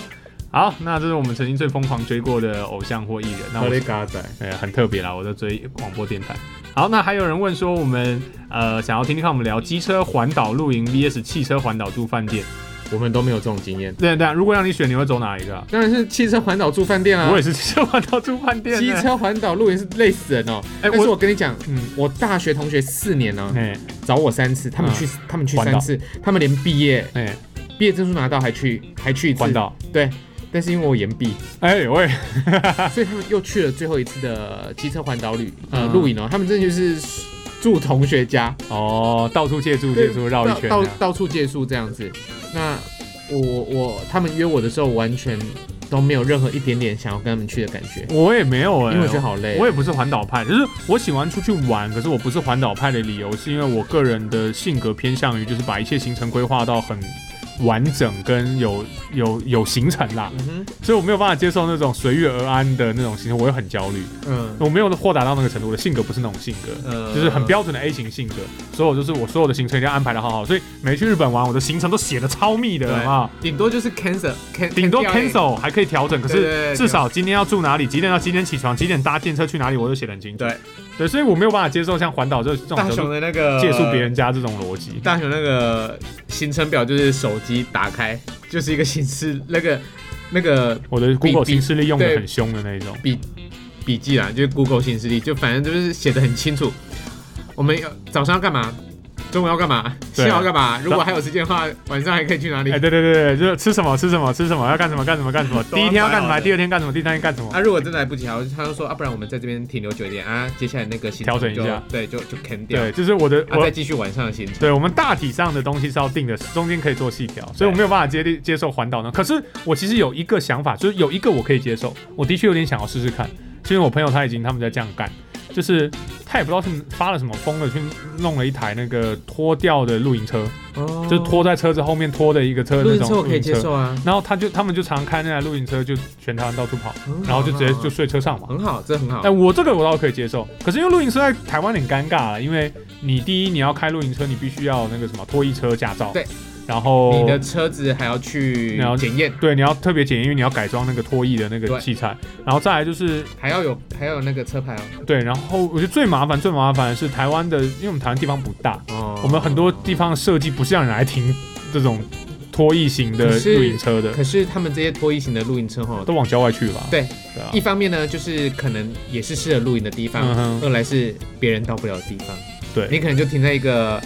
Speaker 1: 好，那这是我们曾经最疯狂追过的偶像或艺人。那
Speaker 2: 我
Speaker 1: 我
Speaker 2: 的嘎仔，
Speaker 1: 呃，很特别啦，我在追广播电台。好，那还有人问说，我们呃想要听听看我们聊机车环岛露营 VS 汽车环岛住饭店。
Speaker 2: 我们都没有这种经验。
Speaker 1: 对啊对啊，如果让你选，你会走哪一个啊、
Speaker 2: 当然是汽车环岛住饭店啊
Speaker 1: 我也，是汽车环岛住饭店、啊
Speaker 2: 机，车环岛露营是累死人哦。
Speaker 1: 哎、
Speaker 2: 但是
Speaker 1: 我，
Speaker 2: 我跟你讲，
Speaker 1: 嗯，
Speaker 2: 我大学同学四年呢、哦
Speaker 1: 哎、嗯
Speaker 2: 找我三次，他们去，他们去
Speaker 1: 环岛
Speaker 2: 三次，他们连毕业
Speaker 1: 哎、
Speaker 2: 毕业证书拿到还去还去一次
Speaker 1: 环，岛，
Speaker 2: 对。但是因为我延毕，
Speaker 1: 哎、我也，
Speaker 2: 所以他们又去了最后一次的机车环岛旅呃
Speaker 1: 嗯
Speaker 2: 露营哦，他们真的就是住同学家，
Speaker 1: 哦，到处借住借住绕一圈啊这
Speaker 2: 到到
Speaker 1: 样，
Speaker 2: 到处借宿这样子。那我我我他们约我的时候，完全都没有任何一点点想要跟他们去的感觉，
Speaker 1: 我也没有哎、
Speaker 2: 因为我觉得好累。
Speaker 1: 我也不是环岛派，就是我喜欢出去玩，可是我不是环岛派的理由，是因为我个人的性格偏向于就是把一切行程规划到很完整跟有有有行程啦，
Speaker 2: 嗯
Speaker 1: 所以我没有办法接受那种随遇而安的那种行程，我会很焦虑。
Speaker 2: 哼，嗯
Speaker 1: 我没有豁达到那个程度，我的性格不是那种性格。
Speaker 2: 呃
Speaker 1: 就是很标准的 A 型性格，所以我就是我所有的行程一定要安排的好好，所以每去日本玩，我的行程都写的超密的
Speaker 2: 对
Speaker 1: 啊，
Speaker 2: 顶多就是 cancel，can-
Speaker 1: 顶多
Speaker 2: can-
Speaker 1: cancel 还可以调整，可
Speaker 2: 欸对
Speaker 1: 是
Speaker 2: 对对对
Speaker 1: 至少今天要住哪里，几点到几点起床，几点搭电车去哪里，我都写得很清楚。
Speaker 2: 对
Speaker 1: 对，所以我没有办法接受像环岛这这种
Speaker 2: 大
Speaker 1: 就是
Speaker 2: 雄的那个
Speaker 1: 借宿别人家这种逻辑。
Speaker 2: 大雄那个行程表就是手机打开就是一个形式，那个那个
Speaker 1: 我的 Google
Speaker 2: 呃比
Speaker 1: 形式力用的
Speaker 2: 对
Speaker 1: 很凶的那种，
Speaker 2: 笔笔记啦，就是 Google 形式力，就反正就是写的很清楚。我们要早上要干嘛，中午要干嘛，
Speaker 1: 对啊
Speaker 2: 下午要干嘛？如果还有时间的话，晚上还可以去哪里
Speaker 1: 哎，？对对对对，就是吃什么吃什么吃什么，要干什么干什么干什么，
Speaker 2: *laughs* 都安排
Speaker 1: 第一天要干什
Speaker 2: 好
Speaker 1: 么，
Speaker 2: 了
Speaker 1: 第二天干什么，第三天干什么
Speaker 2: 啊，，如果真的来不及，好，他就说啊，不然我们在这边停留久一点啊，接下来那个行程
Speaker 1: 调整一
Speaker 2: 就
Speaker 1: 下，
Speaker 2: 对，就就 can 掉，
Speaker 1: 对，就是我的
Speaker 2: 啊，
Speaker 1: 我
Speaker 2: 再。继续晚上的行程。
Speaker 1: 对我们大体上的东西是要定的，中间可以做细调，所以我没有办法接力接受环岛呢。可是我其实有一个想法，就是有一个我可以接受，我的确有点想要试试看，是因为我朋友他已经他们在这样干，就是他也不知道是发了什么疯了，去弄了一台那个拖吊的露营车，
Speaker 2: 哦
Speaker 1: 就是拖在车子后面拖的一个车的
Speaker 2: 露
Speaker 1: 那
Speaker 2: 营车，
Speaker 1: 种
Speaker 2: 我
Speaker 1: 露
Speaker 2: 可以
Speaker 1: 营
Speaker 2: 接
Speaker 1: 车。
Speaker 2: 受啊，
Speaker 1: 然后他就他们就常开那台露营车，就全台湾到处跑，
Speaker 2: 很好
Speaker 1: 嗯然后就直接就
Speaker 2: 很好
Speaker 1: 睡车上嘛。
Speaker 2: 很好，这很好。
Speaker 1: 哎，我这个我倒可以接受，可是因为露营车在台湾很尴尬了，因为你第一你要开露营车，你必须要那个什么拖衣车驾照，
Speaker 2: 对，
Speaker 1: 然后
Speaker 2: 你的车子还要去
Speaker 1: 然后
Speaker 2: 检验，
Speaker 1: 对你要特别检验，因为你要改装那个拖衣的那个
Speaker 2: 对
Speaker 1: 器材，然后再来就是
Speaker 2: 还要有还有那个车牌哦。
Speaker 1: 对，然后我觉得最麻烦最麻烦的是台湾的，因为我们台湾地方不大，
Speaker 2: 哦
Speaker 1: 我们很多地方设计不是让人来停这种拖衣型的
Speaker 2: 可是
Speaker 1: 露营车的，
Speaker 2: 可是他们这些拖衣型的露营车哈，
Speaker 1: 都往郊外去吧，
Speaker 2: 对
Speaker 1: 对啊
Speaker 2: 一，方面呢，就是可能也是适合露营的地方；
Speaker 1: 嗯哼
Speaker 2: 二来是别人到不了的地方，你
Speaker 1: 对，
Speaker 2: 可能就停在一个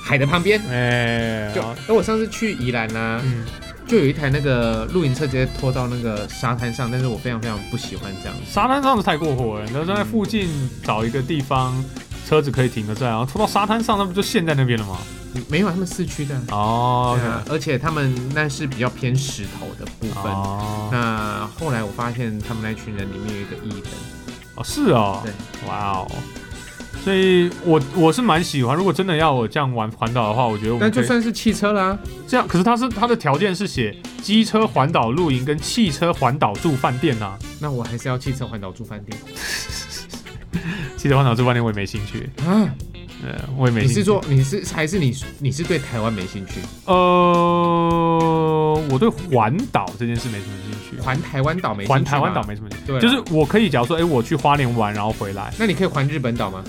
Speaker 2: 海的旁边。
Speaker 1: 哎，
Speaker 2: 就，
Speaker 1: 然后
Speaker 2: 那我上次去宜兰啊，
Speaker 1: 嗯，
Speaker 2: 就有一台那个露营车直接拖到那个沙滩上，但是我非常非常不喜欢这样子。
Speaker 1: 沙滩上的太过火了，你要在附近找一个地方。车子可以停得在，然后拖到沙滩上，那不就陷在那边了吗？
Speaker 2: 没有啊，他们市区的啊，
Speaker 1: 哦
Speaker 2: 对啊而且他们那是比较偏石头的部分。
Speaker 1: 哦，
Speaker 2: 那后来我发现他们那群人里面有一个艺人，
Speaker 1: 哦是哦，
Speaker 2: 对
Speaker 1: 哇哦，所以我我是蛮喜欢，如果真的要我这样玩环岛的话，我觉得我
Speaker 2: 但
Speaker 1: 们可
Speaker 2: 就
Speaker 1: 以
Speaker 2: 算是汽车啦，
Speaker 1: 这样，可是它是它的条件是写机车环岛露营跟汽车环岛住饭店啊呐、
Speaker 2: 那我还是要汽车环岛住饭店
Speaker 1: 汽车环岛住饭店我也没兴趣，
Speaker 2: 啊。
Speaker 1: 呃，我也没
Speaker 2: 你
Speaker 1: 兴趣。
Speaker 2: 是说你是还是你你是对台湾没兴趣？
Speaker 1: 呃，我对环岛这件事没什么兴趣，
Speaker 2: 环台湾岛没兴趣吗
Speaker 1: 环台湾岛没什么兴趣，
Speaker 2: 对啊
Speaker 1: 就是我可以假如说，哎、我去花莲玩，然后回来，
Speaker 2: 那你可以环日本岛吗？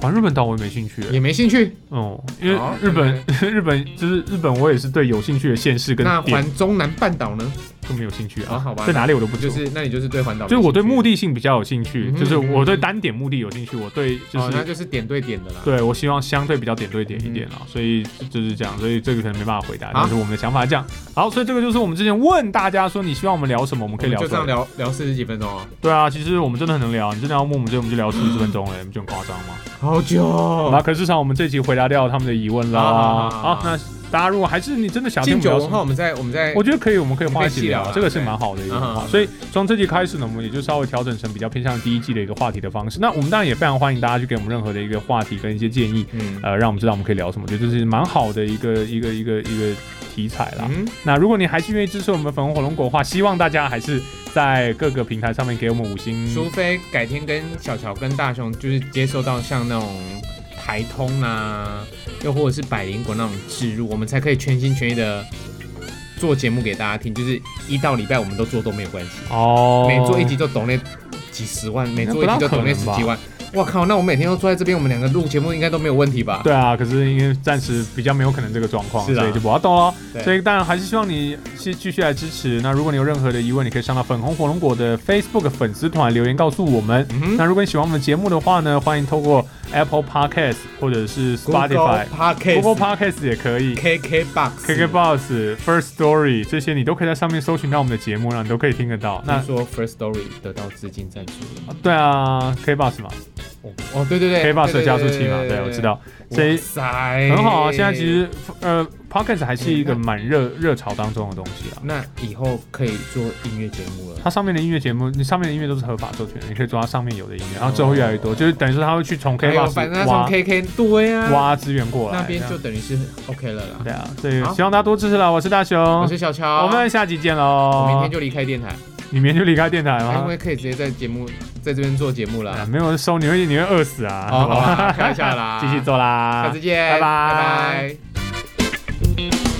Speaker 1: 环日本岛我也没兴趣、
Speaker 2: 也没兴趣。
Speaker 1: 哦、因为
Speaker 2: 好
Speaker 1: 日本 *laughs* 日本就是日本，我也是对有兴趣的县市跟
Speaker 2: 那
Speaker 1: 点
Speaker 2: 环中南半岛呢？
Speaker 1: 更没有兴趣啊，
Speaker 2: 哦好吧
Speaker 1: 在哪里我都不知
Speaker 2: 就
Speaker 1: 道。
Speaker 2: 是那你就是对环岛没
Speaker 1: 就
Speaker 2: 兴趣，
Speaker 1: 是我对目的性比较有兴趣，
Speaker 2: 嗯哼
Speaker 1: 就是我对单点目的有兴趣，我对就
Speaker 2: 哦，
Speaker 1: 是、
Speaker 2: 那就是点对点的啦。
Speaker 1: 对我希望相对比较点对点一点啊，所以就是这样，所以这个可能没办法回答，
Speaker 2: 嗯好
Speaker 1: 但是我们的想法是这样。好，所以这个就是我们之前问大家说你希望我们聊什么，我们
Speaker 2: 我
Speaker 1: 可以
Speaker 2: 们
Speaker 1: 聊
Speaker 2: 就
Speaker 1: 什
Speaker 2: 这样
Speaker 1: 么。
Speaker 2: 聊聊四十几分钟哦，
Speaker 1: 对啊，其实我们真的很能聊，你真的要问我们这，我们就聊四十分钟了，你不就很夸张吗？
Speaker 2: 好久。
Speaker 1: 那可是至少我们这集回答掉他们的疑问啦。啊
Speaker 2: 好好好好
Speaker 1: 好，那大家如果还是你真的想要听
Speaker 2: 敬
Speaker 1: 我们聊
Speaker 2: 酒
Speaker 1: 什
Speaker 2: 文化，我
Speaker 1: 么，
Speaker 2: 们再我们再
Speaker 1: 我觉得可以，我们可以花一
Speaker 2: 可以
Speaker 1: 起
Speaker 2: 细聊
Speaker 1: 聊
Speaker 2: 啦，
Speaker 1: 这个是
Speaker 2: 对
Speaker 1: 蛮好的一个
Speaker 2: 嗯
Speaker 1: 文化。
Speaker 2: 嗯
Speaker 1: 所以从这集开始呢，我们也就稍微调整成比较偏向第一季的一个话题的方式。那我们当然也非常欢迎大家去给我们任何的一个话题跟一些建议。
Speaker 2: 嗯
Speaker 1: 呃，让我们知道我们可以聊什么，我觉得这是蛮好的一个一个一个一个题材啦。
Speaker 2: 嗯，
Speaker 1: 那如果你还是愿意支持我们粉红火龙果的话，希望大家还是在各个平台上面给我们五星。
Speaker 2: 除非改天跟小乔跟大雄就是接受到像那种台通啊，又或者是百灵果那种植入，我们才可以全心全意的做节目给大家听。就是一到礼拜我们都做都没有关系，
Speaker 1: 哦，
Speaker 2: 每做一集就懂那几十万，每做一集就懂那十
Speaker 1: 不大可
Speaker 2: 几万。我靠，那我每天都坐在这边，我们两个录节目应该都没有问题
Speaker 1: *laughs*
Speaker 2: 吧？
Speaker 1: 对啊，可是因为暂时比较没有可能这个状况，
Speaker 2: 是啊
Speaker 1: 所以就不要动了。
Speaker 2: 对
Speaker 1: 所以当然还是希望你是继续来支持。那如果你有任何的疑问，你可以上到粉红火龙果的 Facebook 粉丝团留言告诉我们。
Speaker 2: 嗯哼
Speaker 1: 那如果你喜欢我们的节目的话呢，欢迎透过 Apple Podcast 或者是 Spotify、Google
Speaker 2: Podcast、
Speaker 1: Podcast 也可以。
Speaker 2: KK Box、
Speaker 1: KKBox、First Story 这些你都可以在上面搜寻到我们的节目然后你都可以听得到。那
Speaker 2: 听说 First Story 得到资金赞助了，
Speaker 1: 对啊，KBox 嘛
Speaker 2: 哦哦，对对对
Speaker 1: ，KBox 的加速器嘛，
Speaker 2: 对
Speaker 1: 对我知。道。所
Speaker 2: 对
Speaker 1: 以
Speaker 2: 哇塞，
Speaker 1: 很好啊，现在其实呃，podcast 还是一个蛮热热潮当中的东西啊。
Speaker 2: 那以后可以做音乐节目了。
Speaker 1: 它上面的音乐节目，你上面的音乐都是合法授权的，你可以抓它上面有的音乐，然后之后越来越多，就是等于说它会去从
Speaker 2: 哎呦反
Speaker 1: KBox
Speaker 2: 正他从
Speaker 1: 挖
Speaker 2: KK 对啊，
Speaker 1: 挖资源过来，
Speaker 2: 那边
Speaker 1: 这
Speaker 2: 就
Speaker 1: 样
Speaker 2: 等于是 OK 了啦。
Speaker 1: 对啊，所以
Speaker 2: 好
Speaker 1: 希望大家多支持啦。我是大雄，
Speaker 2: 我是小乔，
Speaker 1: 我们下集见
Speaker 2: 我
Speaker 1: 喽。
Speaker 2: 明天就离开电台，
Speaker 1: 你明天就离开电台
Speaker 2: 因
Speaker 1: 吗？
Speaker 2: 为可以直接在节目在这边做节目
Speaker 1: 啊
Speaker 2: 了。
Speaker 1: 没有人收，你会你会饿死啊！ *laughs*
Speaker 2: 哦，好啦，开玩笑啦，
Speaker 1: 继续，做啦，
Speaker 2: 下次见，
Speaker 1: 拜拜
Speaker 2: 拜拜。